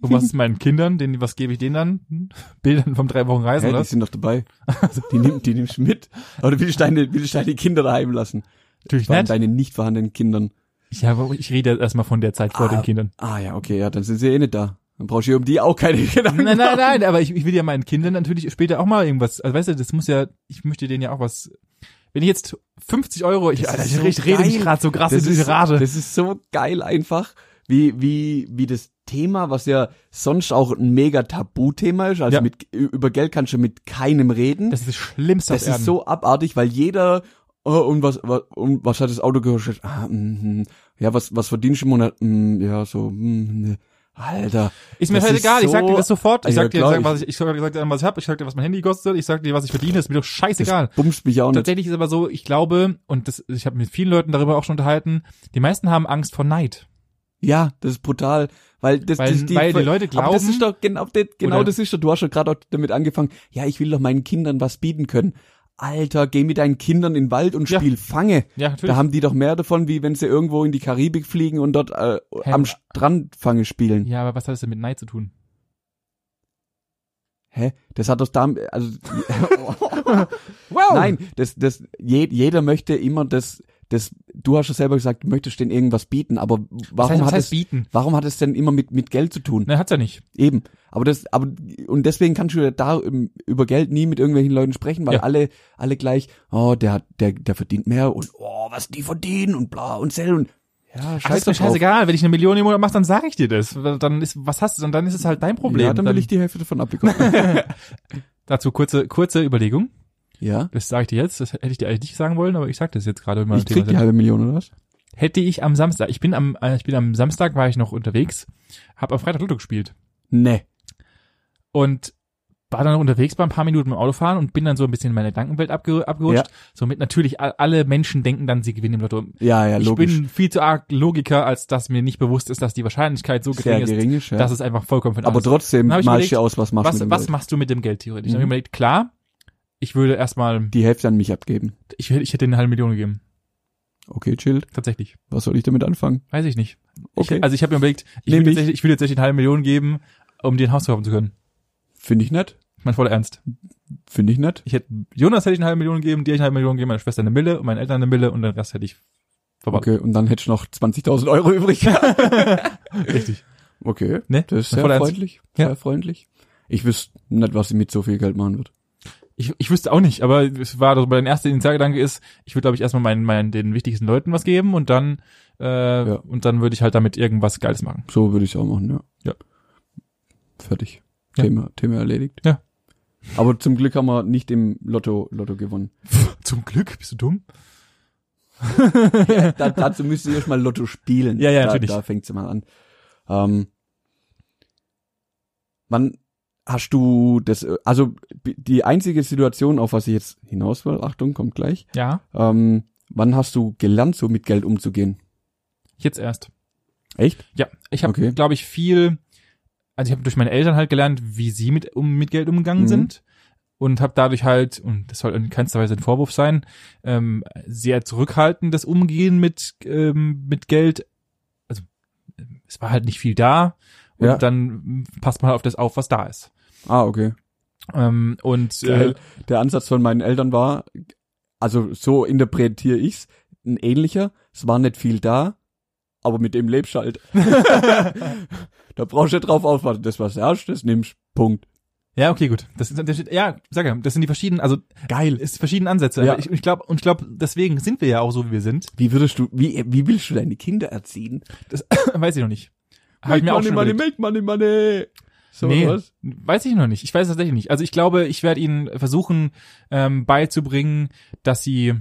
Speaker 2: Und was ist meinen Kindern? Den, was gebe ich denen dann? Hm? Bildern vom drei Wochen Reisen,
Speaker 1: Hä,
Speaker 2: oder?
Speaker 1: die sind doch dabei. [laughs] Die, nimm, die nimmst du mit. Oder willst du deine, willst du deine Kinder daheim lassen?
Speaker 2: Natürlich
Speaker 1: Vor allem
Speaker 2: nicht.
Speaker 1: deine nicht vorhandenen Kindern.
Speaker 2: Ja, aber ich rede jetzt erstmal von der Zeit vor
Speaker 1: Ah,
Speaker 2: den Kindern.
Speaker 1: Ah ja, okay, ja, dann sind sie eh nicht da. Dann brauchst du um die auch keine [laughs] Gedanken.
Speaker 2: Nein, nein,
Speaker 1: machen.
Speaker 2: nein, aber ich, ich will ja meinen Kindern natürlich später auch mal irgendwas, also weißt du, das muss ja, ich möchte denen ja auch was, wenn ich jetzt 50 Euro, ich,
Speaker 1: Das
Speaker 2: Alter, ich
Speaker 1: ist so
Speaker 2: rede- rede mich
Speaker 1: geil.
Speaker 2: gerade so krass
Speaker 1: Das
Speaker 2: in diese
Speaker 1: ist,
Speaker 2: Rate.
Speaker 1: das ist so geil einfach, wie, wie, wie das Thema, was ja sonst auch ein mega Tabuthema ist. Also
Speaker 2: Ja.
Speaker 1: mit, über Geld kannst du mit keinem reden.
Speaker 2: Das ist das Schlimmste
Speaker 1: Das ist so abartig, weil jeder oh, und was was, und mhm, hm. was hat das Auto gekostet? Ah, mm, mm. ja, was was verdienst du im Monat? Mm, ja, so mm, ne. Alter.
Speaker 2: Ist mir
Speaker 1: Das
Speaker 2: halt
Speaker 1: ist
Speaker 2: egal, ich sag dir
Speaker 1: so-
Speaker 2: das sofort. Ich
Speaker 1: Ja,
Speaker 2: sag dir, ich
Speaker 1: klar,
Speaker 2: sag, was ich, ich sag dir, was ich hab, ich sag dir, was mein Handy kostet, ich sag dir, was ich verdiene, ist mir doch scheißegal.
Speaker 1: Bumst mich auch nicht.
Speaker 2: Tatsächlich ist aber so, ich glaube, und das, ich habe mit vielen Leuten darüber auch schon unterhalten, die meisten haben Angst vor Neid.
Speaker 1: Ja, das ist brutal, weil das
Speaker 2: Weil-
Speaker 1: das,
Speaker 2: weil die Leute
Speaker 1: Aber das
Speaker 2: glauben-
Speaker 1: ist doch genau, das, genau
Speaker 2: Oder-
Speaker 1: das ist doch. Du hast schon gerade auch damit angefangen. Ja, ich will doch meinen Kindern was bieten können. Alter, geh mit deinen Kindern in den Wald und
Speaker 2: Ja.
Speaker 1: spiel Fange.
Speaker 2: Ja, natürlich.
Speaker 1: Da haben die doch mehr davon, wie wenn sie irgendwo in die Karibik fliegen und dort äh,
Speaker 2: Hä?
Speaker 1: am Strand Fange spielen.
Speaker 2: ja, aber was hat das denn mit Neid zu tun?
Speaker 1: Hä? Das hat doch da,
Speaker 2: [laughs]
Speaker 1: also, nein, das, das, je, jeder möchte immer das, das, du hast ja selber gesagt, du möchtest denen irgendwas bieten, aber
Speaker 2: Was
Speaker 1: warum
Speaker 2: heißt, was
Speaker 1: hat
Speaker 2: heißt
Speaker 1: es,
Speaker 2: bieten?
Speaker 1: warum hat es denn immer mit, mit Geld zu tun?
Speaker 2: Ne, hat's ja nicht.
Speaker 1: Eben. Aber das, aber, und deswegen kannst du ja da im- über Geld nie mit irgendwelchen Leuten sprechen, weil
Speaker 2: Ja.
Speaker 1: alle, alle gleich, oh, der hat, der, der verdient mehr und, oh, was die verdienen und bla und sell und, ja,
Speaker 2: Ach, ist
Speaker 1: scheiße,
Speaker 2: mir scheißegal, wenn ich eine Million im Monat mache, dann sage ich dir das. Dann ist, was hast du, dann, dann ist es halt dein Problem.
Speaker 1: Ja, dann will ich die Hälfte davon abbekommen.
Speaker 2: [laughs] dazu kurze, kurze Überlegung.
Speaker 1: ja.
Speaker 2: Das sage ich dir jetzt, das hätte ich dir eigentlich nicht sagen wollen, aber ich sage das jetzt gerade. wenn wir
Speaker 1: Ich
Speaker 2: am Thema
Speaker 1: krieg die
Speaker 2: sind.
Speaker 1: halbe Million oder was?
Speaker 2: Hätte ich am Samstag, ich bin am, äh, ich bin am Samstag war ich noch unterwegs, habe am Freitag Lotto gespielt
Speaker 1: Nee.
Speaker 2: und war dann unterwegs, war ein paar Minuten im Autofahren und bin dann so ein bisschen in meine Gedankenwelt abge abgerutscht. Somit natürlich a- alle Menschen denken dann, sie gewinnen im Lotto.
Speaker 1: Ja, ja,
Speaker 2: Ich
Speaker 1: logisch.
Speaker 2: bin viel zu arg Logiker, als dass mir nicht bewusst ist, dass die Wahrscheinlichkeit so
Speaker 1: sehr
Speaker 2: gering,
Speaker 1: gering ist,
Speaker 2: ist,
Speaker 1: ja.
Speaker 2: dass es einfach vollkommen für den
Speaker 1: aber
Speaker 2: Arsch ist.
Speaker 1: trotzdem
Speaker 2: Dann hab ich
Speaker 1: malst du
Speaker 2: überlegt,
Speaker 1: aus, was machst du
Speaker 2: was,
Speaker 1: mit dem
Speaker 2: was
Speaker 1: Geld.
Speaker 2: machst du mit dem Geld theoretisch? Dann
Speaker 1: Mhm.
Speaker 2: habe ich mir überlegt, klar, ich würde erstmal,
Speaker 1: Die Hälfte an mich abgeben.
Speaker 2: ich, hätte- ich hätte eine halbe Million gegeben.
Speaker 1: Okay, chillt.
Speaker 2: Tatsächlich.
Speaker 1: Was soll ich damit anfangen?
Speaker 2: Weiß ich nicht.
Speaker 1: Okay.
Speaker 2: Ich, also ich habe mir überlegt, ich
Speaker 1: Nehm
Speaker 2: würde,
Speaker 1: ich.
Speaker 2: tatsächlich, ich würde tatsächlich eine halbe Million geben, um dir ein Haus kaufen zu können.
Speaker 1: Finde ich nett.
Speaker 2: Mein voller Ernst.
Speaker 1: Finde ich nett.
Speaker 2: Ich hätte, Jonas hätte ich eine halbe Million gegeben, dir hätte ich eine halbe Million gegeben, meiner Schwester eine Mille und meinen Eltern eine Mille und den Rest hätte ich verbaut.
Speaker 1: Okay, und dann hättest du noch 20.000 Euro
Speaker 2: [laughs]
Speaker 1: übrig.
Speaker 2: Richtig.
Speaker 1: okay.
Speaker 2: Ne?
Speaker 1: Das ist
Speaker 2: Mein
Speaker 1: sehr
Speaker 2: voller Ernst.
Speaker 1: freundlich. Sehr freundlich. Ich wüsste nicht, was sie mit so viel Geld machen wird.
Speaker 2: Ich, ich wüsste auch nicht, aber es war doch mein erster Initialgedanke ist, ich würde glaube ich erstmal meinen, meinen den wichtigsten Leuten was geben und dann äh, und dann würde ich halt damit irgendwas Geiles machen.
Speaker 1: So würde ich es auch machen, ja.
Speaker 2: Ja.
Speaker 1: Fertig.
Speaker 2: Ja.
Speaker 1: Thema, Thema erledigt.
Speaker 2: Ja.
Speaker 1: Aber zum Glück haben wir nicht im Lotto, Lotto gewonnen.
Speaker 2: Zum Glück, bist du dumm? [laughs]
Speaker 1: da, dazu müsst ihr erstmal Lotto spielen.
Speaker 2: Ja, ja,
Speaker 1: da,
Speaker 2: natürlich.
Speaker 1: Da fängt's mal an. Ähm, wann hast du das, äh, also b- die einzige Situation, auf was ich jetzt hinaus will, Achtung, kommt gleich,
Speaker 2: Ja,
Speaker 1: ähm, wann hast du gelernt, so mit Geld umzugehen?
Speaker 2: jetzt erst.
Speaker 1: Echt?
Speaker 2: Ja, ich habe,
Speaker 1: Okay.
Speaker 2: glaube ich, viel, also ich habe durch meine Eltern halt gelernt, wie sie mit, um, mit Geld umgegangen
Speaker 1: Mhm.
Speaker 2: sind und habe dadurch halt, und das soll in keinster Weise ein Vorwurf sein, ähm, sehr zurückhaltendes Umgehen mit, ähm, mit Geld. Also ähm, es war halt nicht viel da und
Speaker 1: Ja.
Speaker 2: dann mm, passt man halt auf das auf, was da ist.
Speaker 1: Ah, okay.
Speaker 2: Ähm, und äh,
Speaker 1: Geil. Der Ansatz von meinen Eltern war, also so interpretiere ich's, ein ähnlicher, es war nicht viel da, aber mit dem lebst du
Speaker 2: [laughs]
Speaker 1: halt. da brauchst du nicht drauf aufwarten, das was du hast, das nimmst, Punkt.
Speaker 2: ja, okay, gut. Das ist, das, ja, sag ja, das sind die verschiedenen, also
Speaker 1: Geil.
Speaker 2: es sind verschiedene Ansätze.
Speaker 1: Ja.
Speaker 2: Aber Ich, ich glaube, und ich glaube, deswegen sind wir ja auch so, wie wir sind.
Speaker 1: Wie würdest du, wie, wie willst du deine Kinder erziehen?
Speaker 2: [laughs] Weiß ich noch nicht. Hab ich mir auch schon überlegt.
Speaker 1: Milk Money, Money. So
Speaker 2: nee,
Speaker 1: was?
Speaker 2: weiß ich noch nicht. Ich weiß tatsächlich nicht. Also ich glaube, ich werde ihnen versuchen ähm, beizubringen, dass sie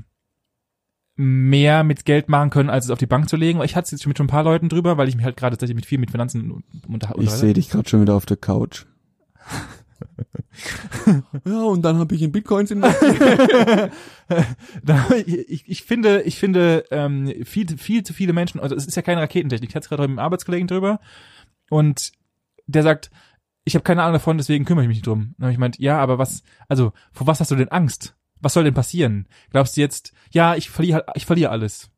Speaker 2: mehr mit Geld machen können, als es auf die Bank zu legen. Weil Ich hatte es jetzt schon mit schon ein paar Leuten drüber, weil ich mich halt gerade tatsächlich mit viel mit Finanzen unterhalte.
Speaker 1: Ich sehe dich gerade schon wieder auf der Couch. [laughs] ja, und dann habe ich in Bitcoins
Speaker 2: [laughs]
Speaker 1: investiert.
Speaker 2: Da- ich, ich finde, ich finde ähm, viel, viel zu viele Menschen, also es ist ja keine Raketentechnik. Ich hatte es gerade heute mit einem Arbeitskollegen drüber und der sagt, ich habe keine Ahnung davon, deswegen kümmere ich mich nicht drum. Und ich meint, ja, aber was, also vor was hast du denn Angst? Was soll denn passieren? Glaubst du jetzt, ja, ich verliere, halt, ich verliere alles?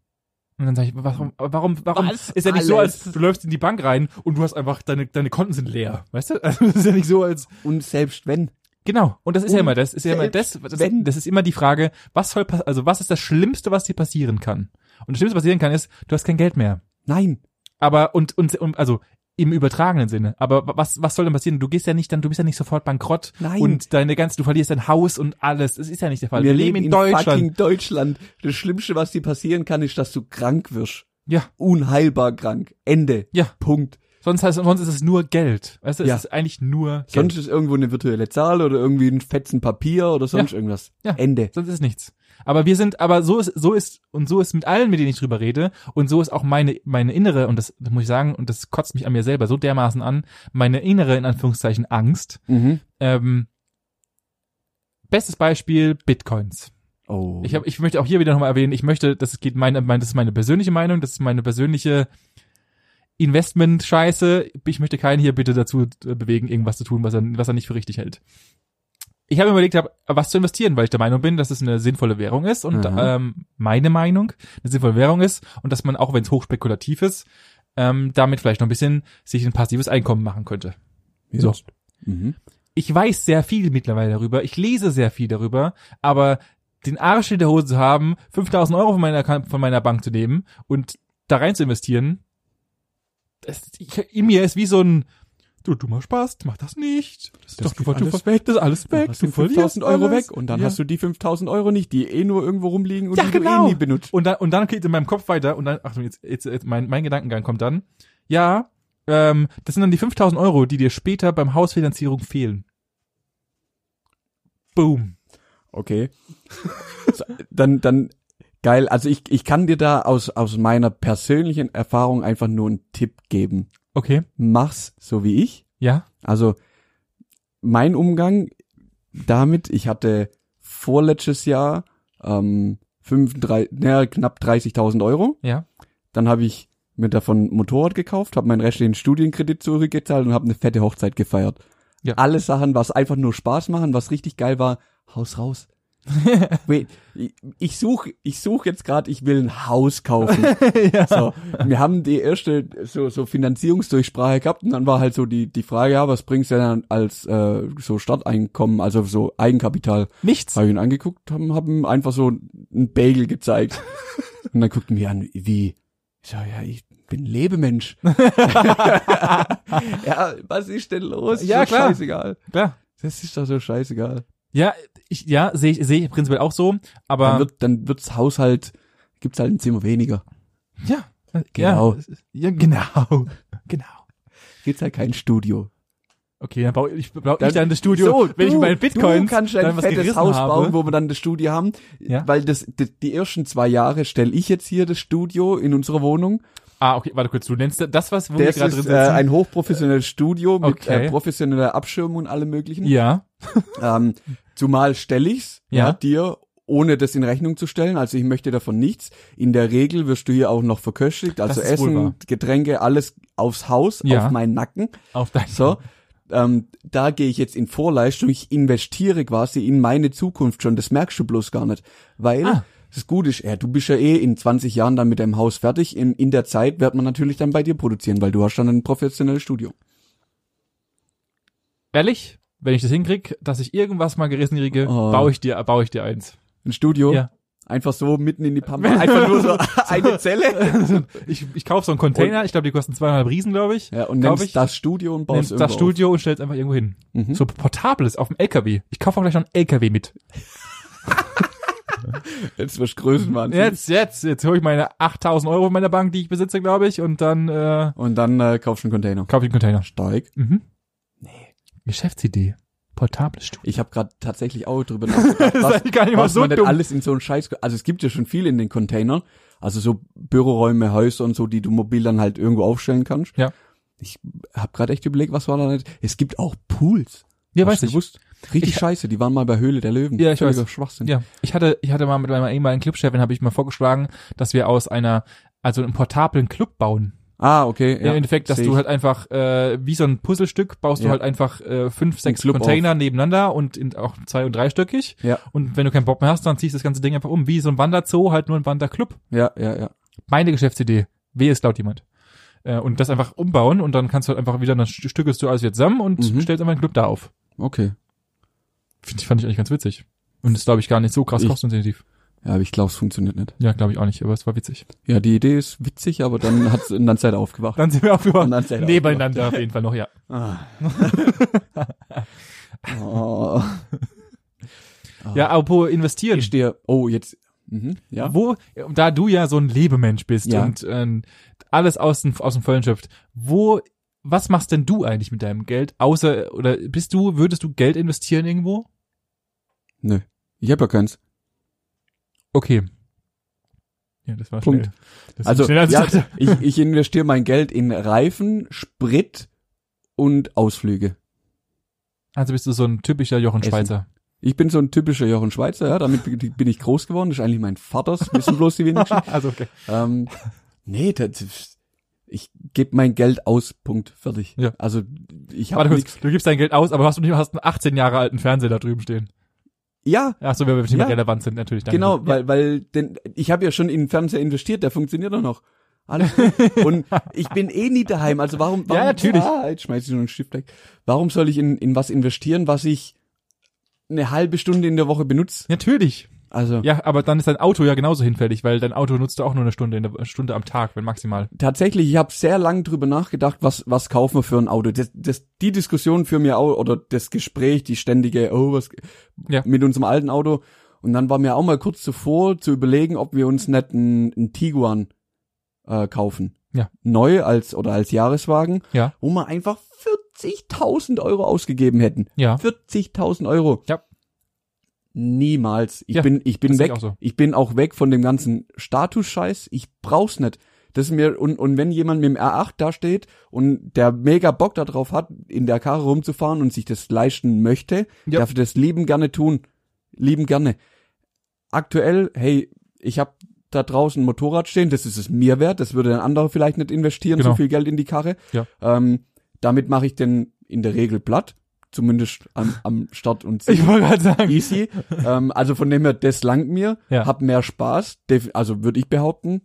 Speaker 2: Und dann sage ich, warum, warum, warum
Speaker 1: Was?
Speaker 2: ist ja nicht so, als
Speaker 1: Alles?
Speaker 2: du läufst in die Bank rein und du hast einfach deine deine Konten sind leer, weißt du? Also das ist ja nicht so, als
Speaker 1: und selbst wenn.
Speaker 2: Genau, und das ist ja
Speaker 1: Und
Speaker 2: immer das, ist ja immer das,
Speaker 1: selbst
Speaker 2: das,
Speaker 1: wenn-
Speaker 2: das ist immer die Frage, was soll pass- also was ist das Schlimmste, was dir passieren kann? Und das Schlimmste, was passieren kann, ist, du hast kein Geld mehr.
Speaker 1: Nein.
Speaker 2: Aber und und, und also im übertragenen Sinne, aber wa- was was soll denn passieren? Du gehst ja nicht dann, du bist ja nicht sofort bankrott
Speaker 1: Nein.
Speaker 2: und deine ganze du verlierst dein Haus und alles. Das ist ja nicht der Fall. Wir, leben in, Deutschland.
Speaker 1: fucking Deutschland. Das Schlimmste, was dir passieren kann, ist, dass du krank wirst.
Speaker 2: Ja.
Speaker 1: Unheilbar krank. Ende.
Speaker 2: Ja.
Speaker 1: Punkt.
Speaker 2: Sonst heißt sonst ist es nur Geld. Weißt du,
Speaker 1: Ja.
Speaker 2: es ist eigentlich nur Geld.
Speaker 1: Sonst ist irgendwo eine virtuelle Zahl oder irgendwie ein Fetzen Papier oder sonst irgendwas.
Speaker 2: Ja.
Speaker 1: Ende.
Speaker 2: Sonst ist nichts. Aber wir sind, aber so ist, so ist, und so ist mit allen, mit denen ich drüber rede, und so ist auch meine, meine innere, und das, das muss ich sagen, und das kotzt mich an mir selber so dermaßen an, meine innere, in Anführungszeichen, Angst.
Speaker 1: Mhm.
Speaker 2: Ähm, bestes Beispiel, Bitcoins.
Speaker 1: Oh.
Speaker 2: Ich, hab, ich möchte auch hier wieder nochmal erwähnen, ich möchte, das geht meine, mein, das ist meine persönliche Meinung, das ist meine persönliche Investment-Scheiße. Ich möchte keinen hier bitte dazu äh, bewegen, irgendwas zu tun, was er, was er nicht für richtig hält. Ich habe überlegt, hab, was zu investieren, weil ich der Meinung bin, dass es eine sinnvolle Währung ist und
Speaker 1: Mhm.
Speaker 2: ähm, meine Meinung eine sinnvolle Währung ist und dass man, auch wenn es hochspekulativ ist, ähm, damit vielleicht noch ein bisschen sich ein passives Einkommen machen könnte.
Speaker 1: Wie
Speaker 2: so.
Speaker 1: sonst? Mhm.
Speaker 2: Ich weiß sehr viel mittlerweile darüber, ich lese sehr viel darüber, aber den Arsch in der Hose zu haben, 5000 Euro von meiner, Ka- von meiner Bank zu nehmen und da rein zu investieren, das, ich, in mir ist wie so ein, du dummer Spaß, mach das nicht. Das, ist
Speaker 1: Das
Speaker 2: doch, du,
Speaker 1: geht
Speaker 2: ver- du,
Speaker 1: alles
Speaker 2: ver-
Speaker 1: weg.
Speaker 2: das ist alles weg.
Speaker 1: Dann hast du
Speaker 2: verlierst
Speaker 1: 5000 Euro
Speaker 2: alles.
Speaker 1: weg und dann
Speaker 2: Ja.
Speaker 1: hast du die 5000 Euro nicht, die eh nur irgendwo rumliegen und
Speaker 2: Ja,
Speaker 1: die du
Speaker 2: genau.
Speaker 1: eh nie benutzt.
Speaker 2: Und dann, und dann geht in meinem Kopf weiter und dann, ach, jetzt, jetzt, jetzt mein, mein Gedankengang kommt dann. Ja, ähm, das sind dann die 5000 Euro, die dir später beim Hausfinanzierung fehlen. Boom.
Speaker 1: Okay. So, dann, dann, geil. Also ich, ich kann dir da aus, aus meiner persönlichen Erfahrung einfach nur einen Tipp geben.
Speaker 2: Okay.
Speaker 1: Mach's so wie ich.
Speaker 2: Ja.
Speaker 1: Also mein Umgang damit, ich hatte vorletztes Jahr ähm, 35, naja, knapp 30.000 Euro.
Speaker 2: Ja.
Speaker 1: Dann habe ich mir davon ein Motorrad gekauft, habe meinen restlichen Studienkredit zurückgezahlt und habe eine fette Hochzeit gefeiert.
Speaker 2: Ja.
Speaker 1: Alle Sachen, was einfach nur Spaß machen, was richtig geil war, Haus
Speaker 2: [laughs]
Speaker 1: raus. Wait, ich- ich suche ich such jetzt gerade, ich will ein Haus kaufen.
Speaker 2: [laughs] ja.
Speaker 1: So, wir haben die erste so, so Finanzierungsdurchsprache gehabt und dann war halt so die, die Frage, ja, was bringt's denn dann als äh, so Starteinkommen, also so Eigenkapital?
Speaker 2: Nichts.
Speaker 1: Habe ich ihn angeguckt, haben, haben einfach so einen Bagel
Speaker 2: [laughs]
Speaker 1: gezeigt. und dann guckten wir an, wie, ich so, ja, ich bin
Speaker 2: [laughs]
Speaker 1: Lebemensch. ja, was ist denn los?
Speaker 2: Ja,
Speaker 1: so
Speaker 2: klar.
Speaker 1: Scheißegal.
Speaker 2: Klar.
Speaker 1: Das ist doch so scheißegal.
Speaker 2: Ja, ich, ja, sehe ich, sehe ich prinzipiell auch so,
Speaker 1: Dann
Speaker 2: aber
Speaker 1: wird, dann wird's Haushalt, gibt's halt ein Zimmer weniger.
Speaker 2: ja, ja,
Speaker 1: Genau.
Speaker 2: ja, genau, [laughs] genau.
Speaker 1: Gibt's halt kein Studio.
Speaker 2: Okay, dann baue ich, baue
Speaker 1: Dann-
Speaker 2: ich dann das Studio,
Speaker 1: So,
Speaker 2: wenn ich
Speaker 1: du-
Speaker 2: mit meinen Bitcoins
Speaker 1: du kannst
Speaker 2: dann
Speaker 1: ein
Speaker 2: was
Speaker 1: fettes
Speaker 2: gerissen
Speaker 1: Haus
Speaker 2: habe.
Speaker 1: bauen, wo wir dann das Studio haben,
Speaker 2: Ja.
Speaker 1: weil das die, die ersten zwei Jahre stelle ich jetzt hier das Studio in unserer Wohnung.
Speaker 2: Ah, okay, warte kurz, du nennst das was, wo wir
Speaker 1: Das
Speaker 2: gerade drin
Speaker 1: ist äh,
Speaker 2: sitzen?
Speaker 1: ein hochprofessionelles Studio mit
Speaker 2: Okay.
Speaker 1: äh, professioneller Abschirmung und allem möglichen.
Speaker 2: ja,
Speaker 1: Ähm, zumal stelle ich's ja.
Speaker 2: Ja.
Speaker 1: dir ohne das in Rechnung zu stellen, also ich möchte davon nichts. In der Regel wirst du hier auch noch verköstigt, also
Speaker 2: ist wohl wahr.
Speaker 1: Essen, Getränke, alles aufs Haus,
Speaker 2: Ja.
Speaker 1: auf meinen Nacken.
Speaker 2: auf dein
Speaker 1: So, ähm, da gehe ich jetzt in Vorleistung, ich investiere quasi in meine Zukunft schon, das merkst du bloß gar nicht, weil
Speaker 2: Ah.
Speaker 1: das Gute ist, ja, du bist ja eh in 20 Jahren dann mit deinem Haus fertig, in, in der Zeit wird man natürlich dann bei dir produzieren, weil du hast dann ein professionelles Studio.
Speaker 2: Ehrlich, wenn ich das hinkrieg, dass ich irgendwas mal gerissen kriege,
Speaker 1: Oh.
Speaker 2: baue ich dir, baue ich dir eins. [laughs]
Speaker 1: Ein Studio,
Speaker 2: Ja.
Speaker 1: einfach so mitten in die
Speaker 2: [laughs]
Speaker 1: Pampa, einfach nur so eine Zelle.
Speaker 2: Ich, ich kaufe so einen Container, ich glaube, die kosten zweieinhalb Riesen, glaube ich.
Speaker 1: Ja, und
Speaker 2: Glaub
Speaker 1: nimmst
Speaker 2: ich,
Speaker 1: das Studio und baust
Speaker 2: Nimmst
Speaker 1: irgendwo
Speaker 2: das Studio und stellst einfach irgendwo hin.
Speaker 1: Auf. Mhm.
Speaker 2: So portables auf dem LKW. Ich kaufe auch gleich noch einen LKW mit.
Speaker 1: Jetzt wirst du Größenwahnsinn.
Speaker 2: Jetzt, jetzt, jetzt hole ich meine 8000 Euro von meiner Bank, die ich besitze, glaube ich, und dann äh,
Speaker 1: Und dann äh, kaufst du einen Container.
Speaker 2: kaufe ich einen Container.
Speaker 1: Steig.
Speaker 2: Mhm. Nee. Geschäftsidee. Portables Studio.
Speaker 1: Ich habe gerade tatsächlich auch
Speaker 2: [laughs]
Speaker 1: drüber nachgedacht,
Speaker 2: Das ist
Speaker 1: was,
Speaker 2: eigentlich gar nicht mal
Speaker 1: was
Speaker 2: so
Speaker 1: man
Speaker 2: dumm.
Speaker 1: denn alles in so einen Scheiß, also es gibt ja schon viel in den Containern, also so Büroräume, Häuser und so, die du mobil dann halt irgendwo aufstellen kannst.
Speaker 2: Ja.
Speaker 1: Ich habe gerade echt überlegt, was war da nicht. Es gibt auch Pools.
Speaker 2: ja,
Speaker 1: Hast
Speaker 2: weiß
Speaker 1: du
Speaker 2: ich.
Speaker 1: gewusst? Richtig
Speaker 2: Ich-
Speaker 1: scheiße, die waren mal bei Höhle der Löwen.
Speaker 2: Ja, ich
Speaker 1: Völliger
Speaker 2: weiß.
Speaker 1: Schwachsinn.
Speaker 2: Ja, ich hatte, ich hatte mal mit meiner ehemaligen Clubchefin, habe ich mal vorgeschlagen, dass wir aus einer, also einen portablen Club bauen.
Speaker 1: Ah, okay.
Speaker 2: Im Endeffekt, dass
Speaker 1: seh ich.
Speaker 2: du halt einfach, äh, wie so ein Puzzlestück, baust
Speaker 1: Ja.
Speaker 2: du halt einfach äh, fünf, sechs
Speaker 1: Club
Speaker 2: Container nebeneinander und in, auch zwei- und dreistöckig.
Speaker 1: Ja.
Speaker 2: Und wenn du keinen Bock mehr hast, dann ziehst du das ganze Ding einfach um. Wie so ein Wanderzoo, halt nur ein Wanderclub.
Speaker 1: Ja, ja, ja.
Speaker 2: Meine Geschäftsidee. Wehe, es laut jemand. Äh, und das einfach umbauen und dann kannst du halt einfach wieder, dann st- stückelst du alles wieder zusammen und
Speaker 1: Mhm.
Speaker 2: stellst einfach einen Club da auf.
Speaker 1: Okay.
Speaker 2: Find, ich- fand ich eigentlich ganz witzig. Und ist, glaube ich, gar nicht so krass
Speaker 1: Ich-
Speaker 2: kostenintensiv.
Speaker 1: Ja, aber ich glaube, es funktioniert nicht.
Speaker 2: Ja, glaube ich auch nicht, aber es war witzig.
Speaker 1: Ja, die Idee ist witzig, aber dann [laughs] hat's, dann seid ihr aufgewacht.
Speaker 2: Dann sind wir
Speaker 1: [laughs] Und
Speaker 2: aufgewacht.
Speaker 1: dann seid ihr
Speaker 2: Nebeneinander auf jeden Fall noch, ja. [laughs]
Speaker 1: Ah. oh.
Speaker 2: Ja, apropos investieren.
Speaker 1: Ah. Ich stehe, oh, jetzt, mhm, ja.
Speaker 2: Wo, da du ja so ein Lebemensch bist
Speaker 1: Ja.
Speaker 2: und ähm, alles aus dem, aus dem Vollen schöpft, wo, was machst denn du eigentlich mit deinem Geld? Außer, oder bist du, würdest du Geld investieren irgendwo?
Speaker 1: Nö, ich hab ja keins.
Speaker 2: Okay. Ja, das war
Speaker 1: Punkt.
Speaker 2: schnell. Das
Speaker 1: Also,
Speaker 2: ist schneller, als ich
Speaker 1: ja,
Speaker 2: dachte.
Speaker 1: ich, ich investiere mein Geld in Reifen, Sprit und Ausflüge.
Speaker 2: [laughs] also bist du so ein typischer Jochen
Speaker 1: Essen. [laughs]
Speaker 2: Schweizer.
Speaker 1: Ich bin so ein typischer Jochen Schweizer, ja, damit bin ich- bin ich groß geworden, das ist eigentlich mein Vaters, wissen bloß die
Speaker 2: [laughs]
Speaker 1: wenigsten.
Speaker 2: also okay.
Speaker 1: Ähm, nee, das, ich gebe mein Geld aus, Punkt, fertig.
Speaker 2: Ja.
Speaker 1: Also ich
Speaker 2: Warte
Speaker 1: habe
Speaker 2: kurz,
Speaker 1: nichts.
Speaker 2: du gibst dein Geld aus, aber hast du nicht, hast einen 18 Jahre alten Fernseher da drüben stehen.
Speaker 1: Ja,
Speaker 2: Ach so, wenn wir beim Thema
Speaker 1: Ja.
Speaker 2: relevant sind, natürlich. danke.
Speaker 1: genau, weil weil denn ich habe ja schon in den Fernseher investiert, der funktioniert doch noch. Alles gut. Und ich bin eh nie daheim, also warum, warum
Speaker 2: natürlich.
Speaker 1: Ah, jetzt schmeiß ich nur einen Stift weg. Warum soll ich in, in was investieren, was ich eine halbe Stunde in der Woche benutze?
Speaker 2: Natürlich.
Speaker 1: Also
Speaker 2: Ja, aber dann ist dein Auto ja genauso hinfällig, weil dein Auto nutzt du auch nur eine Stunde, in der, Stunde am Tag, wenn maximal.
Speaker 1: tatsächlich, ich habe sehr lang drüber nachgedacht, was was kaufen wir für ein Auto. Das, das die Diskussion für mir auch oder das Gespräch, die ständige, oh was
Speaker 2: Ja.
Speaker 1: mit unserem alten Auto. Und dann war mir auch mal kurz zuvor zu überlegen, ob wir uns nicht einen, einen Tiguan äh, kaufen.
Speaker 2: Ja.
Speaker 1: Neu als oder als Jahreswagen,
Speaker 2: Ja.
Speaker 1: wo wir einfach 40.000 Euro ausgegeben hätten.
Speaker 2: Ja.
Speaker 1: 40.000 Euro.
Speaker 2: Ja.
Speaker 1: Niemals. Ich
Speaker 2: Ja,
Speaker 1: bin, ich bin
Speaker 2: das sehe ich
Speaker 1: weg.
Speaker 2: auch so.
Speaker 1: Ich bin auch weg von dem ganzen Status-Scheiß. Ich brauch's nicht. Das ist mir, und, und wenn jemand mit dem R8 da steht und der mega Bock darauf hat, in der Karre rumzufahren und sich das leisten möchte,
Speaker 2: Ja.
Speaker 1: darf er das lieben gerne tun. Lieben gerne. Aktuell, hey, ich habe da draußen ein Motorrad stehen, das ist es mir wert, das würde ein anderer vielleicht nicht investieren,
Speaker 2: Genau.
Speaker 1: so viel Geld in die Karre.
Speaker 2: Ja.
Speaker 1: Ähm, damit mache ich den in der Regel platt, zumindest am, am Start und Ziel.
Speaker 2: Ich wollte gerade
Speaker 1: [laughs]
Speaker 2: sagen.
Speaker 1: easy. ähm, also von dem her, das langt mir,
Speaker 2: Ja.
Speaker 1: hab mehr Spaß, def- also würde ich behaupten.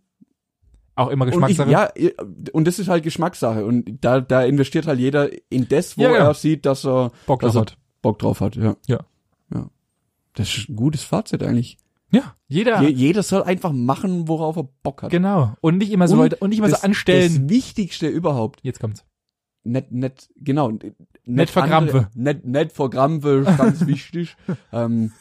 Speaker 2: Auch immer
Speaker 1: Und, ich,
Speaker 2: Geschmackssache.
Speaker 1: ja, i- und das ist halt Geschmackssache und da, da investiert halt jeder in das, wo
Speaker 2: Ja, ja.
Speaker 1: er sieht, dass er
Speaker 2: Bock drauf
Speaker 1: Also-
Speaker 2: hat.
Speaker 1: Bock drauf hat, ja.
Speaker 2: Ja.
Speaker 1: Ja. Das ist ein gutes Fazit eigentlich.
Speaker 2: Ja, jeder.
Speaker 1: Je, jeder soll einfach machen, worauf er Bock hat.
Speaker 2: genau. Und nicht immer so
Speaker 1: Und
Speaker 2: Leute, und nicht immer
Speaker 1: das,
Speaker 2: so anstellen.
Speaker 1: Das Wichtigste überhaupt.
Speaker 2: Jetzt kommt's.
Speaker 1: Net, net, genau. Net,
Speaker 2: verkrampfe.
Speaker 1: andere- Net, net verkrampfe, ist
Speaker 2: [laughs]
Speaker 1: ganz wichtig. Ähm,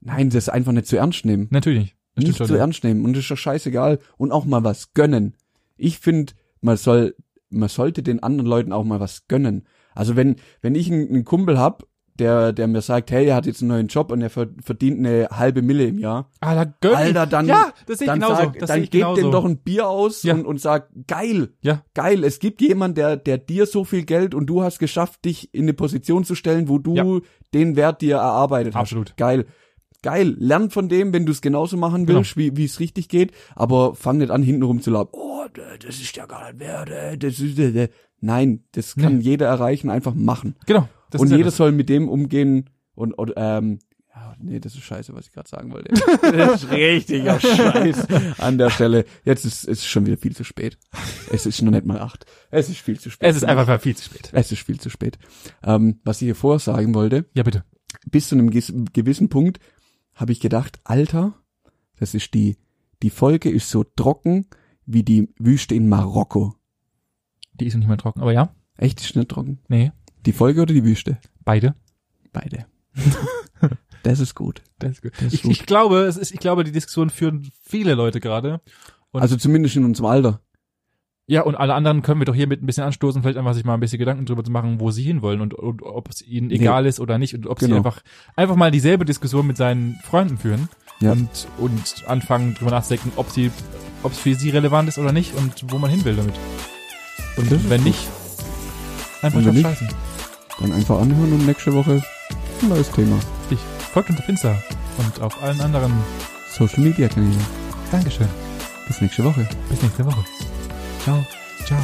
Speaker 1: nein, das einfach nicht zu ernst nehmen.
Speaker 2: Natürlich. Das
Speaker 1: nicht
Speaker 2: stimmt
Speaker 1: zu
Speaker 2: schon.
Speaker 1: ernst nehmen. Und das ist doch scheißegal. Und auch mal was gönnen. Ich finde, man soll, man sollte den anderen Leuten auch mal was gönnen. Also wenn, wenn ich einen, einen Kumpel hab, der, der mir sagt, hey, er hat jetzt einen neuen Job und er ver- verdient eine halbe Mille im Jahr.
Speaker 2: Alter, Ah, gönn.
Speaker 1: Alter, dann-
Speaker 2: ja, das sehe ich
Speaker 1: dann
Speaker 2: genauso.
Speaker 1: sag,
Speaker 2: das sehe
Speaker 1: dann
Speaker 2: ich
Speaker 1: gebt
Speaker 2: genauso.
Speaker 1: dem doch ein Bier aus
Speaker 2: Ja.
Speaker 1: und, und sag, geil,
Speaker 2: Ja.
Speaker 1: geil, es gibt jemand, der, der dir so viel Geld und du hast geschafft, dich in eine Position zu stellen, wo du
Speaker 2: Ja.
Speaker 1: den Wert dir erarbeitet hast.
Speaker 2: Absolut.
Speaker 1: Geil. Geil, lern von dem, wenn du es genauso machen
Speaker 2: Genau.
Speaker 1: willst, wie wie es richtig geht, aber fang nicht an, hintenrum zu laut. Oh, d- das ist ja gar nicht wert. äh, Das ist, äh, äh." Nein, das kann jeder erreichen, einfach machen.
Speaker 2: Genau. das
Speaker 1: und
Speaker 2: ist ja
Speaker 1: jeder
Speaker 2: das.
Speaker 1: soll mit dem umgehen und, und ähm, ja, nee, das ist scheiße, was ich gerade sagen wollte. Das ist
Speaker 2: [laughs]
Speaker 1: richtiger Scheiß an der Stelle. Jetzt ist es ist schon wieder viel zu spät. Es ist noch nicht mal acht. Es ist viel zu spät.
Speaker 2: Es ist einfach viel zu spät.
Speaker 1: Es ist viel zu spät. Ähm, was ich hier vorher sagen wollte,
Speaker 2: Ja, bitte.
Speaker 1: bis zu einem gis- gewissen Punkt habe ich gedacht, Alter, das ist die, die Folge ist so trocken wie die Wüste in Marokko.
Speaker 2: Die ist noch nicht mehr trocken, aber ja.
Speaker 1: Echt, die ist nicht trocken.
Speaker 2: Nee,
Speaker 1: Die Folge oder die Wüste?
Speaker 2: beide. [laughs]
Speaker 1: Beide. das ist gut.
Speaker 2: Das ist gut.
Speaker 1: ist
Speaker 2: Ich,
Speaker 1: gut.
Speaker 2: ich glaube, es ist, ich glaube, die Diskussion führen viele Leute gerade. Und-
Speaker 1: also zumindest in unserem Alter.
Speaker 2: Ja, und alle anderen können wir doch hiermit ein bisschen anstoßen, vielleicht einfach sich mal ein bisschen Gedanken drüber zu machen, wo sie hinwollen und, und ob es ihnen
Speaker 1: Nee.
Speaker 2: egal ist oder nicht und ob sie
Speaker 1: Genau.
Speaker 2: einfach, einfach mal dieselbe Diskussion mit seinen Freunden führen
Speaker 1: Ja.
Speaker 2: und, und anfangen drüber nachzudenken, ob sie, ob es für sie relevant ist oder nicht und wo man hin will damit. Und
Speaker 1: Das ist
Speaker 2: wenn
Speaker 1: gut.
Speaker 2: nicht, einfach
Speaker 1: Und wenn
Speaker 2: drauf
Speaker 1: nicht?
Speaker 2: scheißen.
Speaker 1: Dann einfach anhören und nächste Woche ein neues Thema.
Speaker 2: Richtig. Folgt uns auf Insta und auf allen anderen.
Speaker 1: Social Media Kanäle.
Speaker 2: Dankeschön.
Speaker 1: Bis nächste Woche.
Speaker 2: Bis nächste Woche. Ciao. Ciao.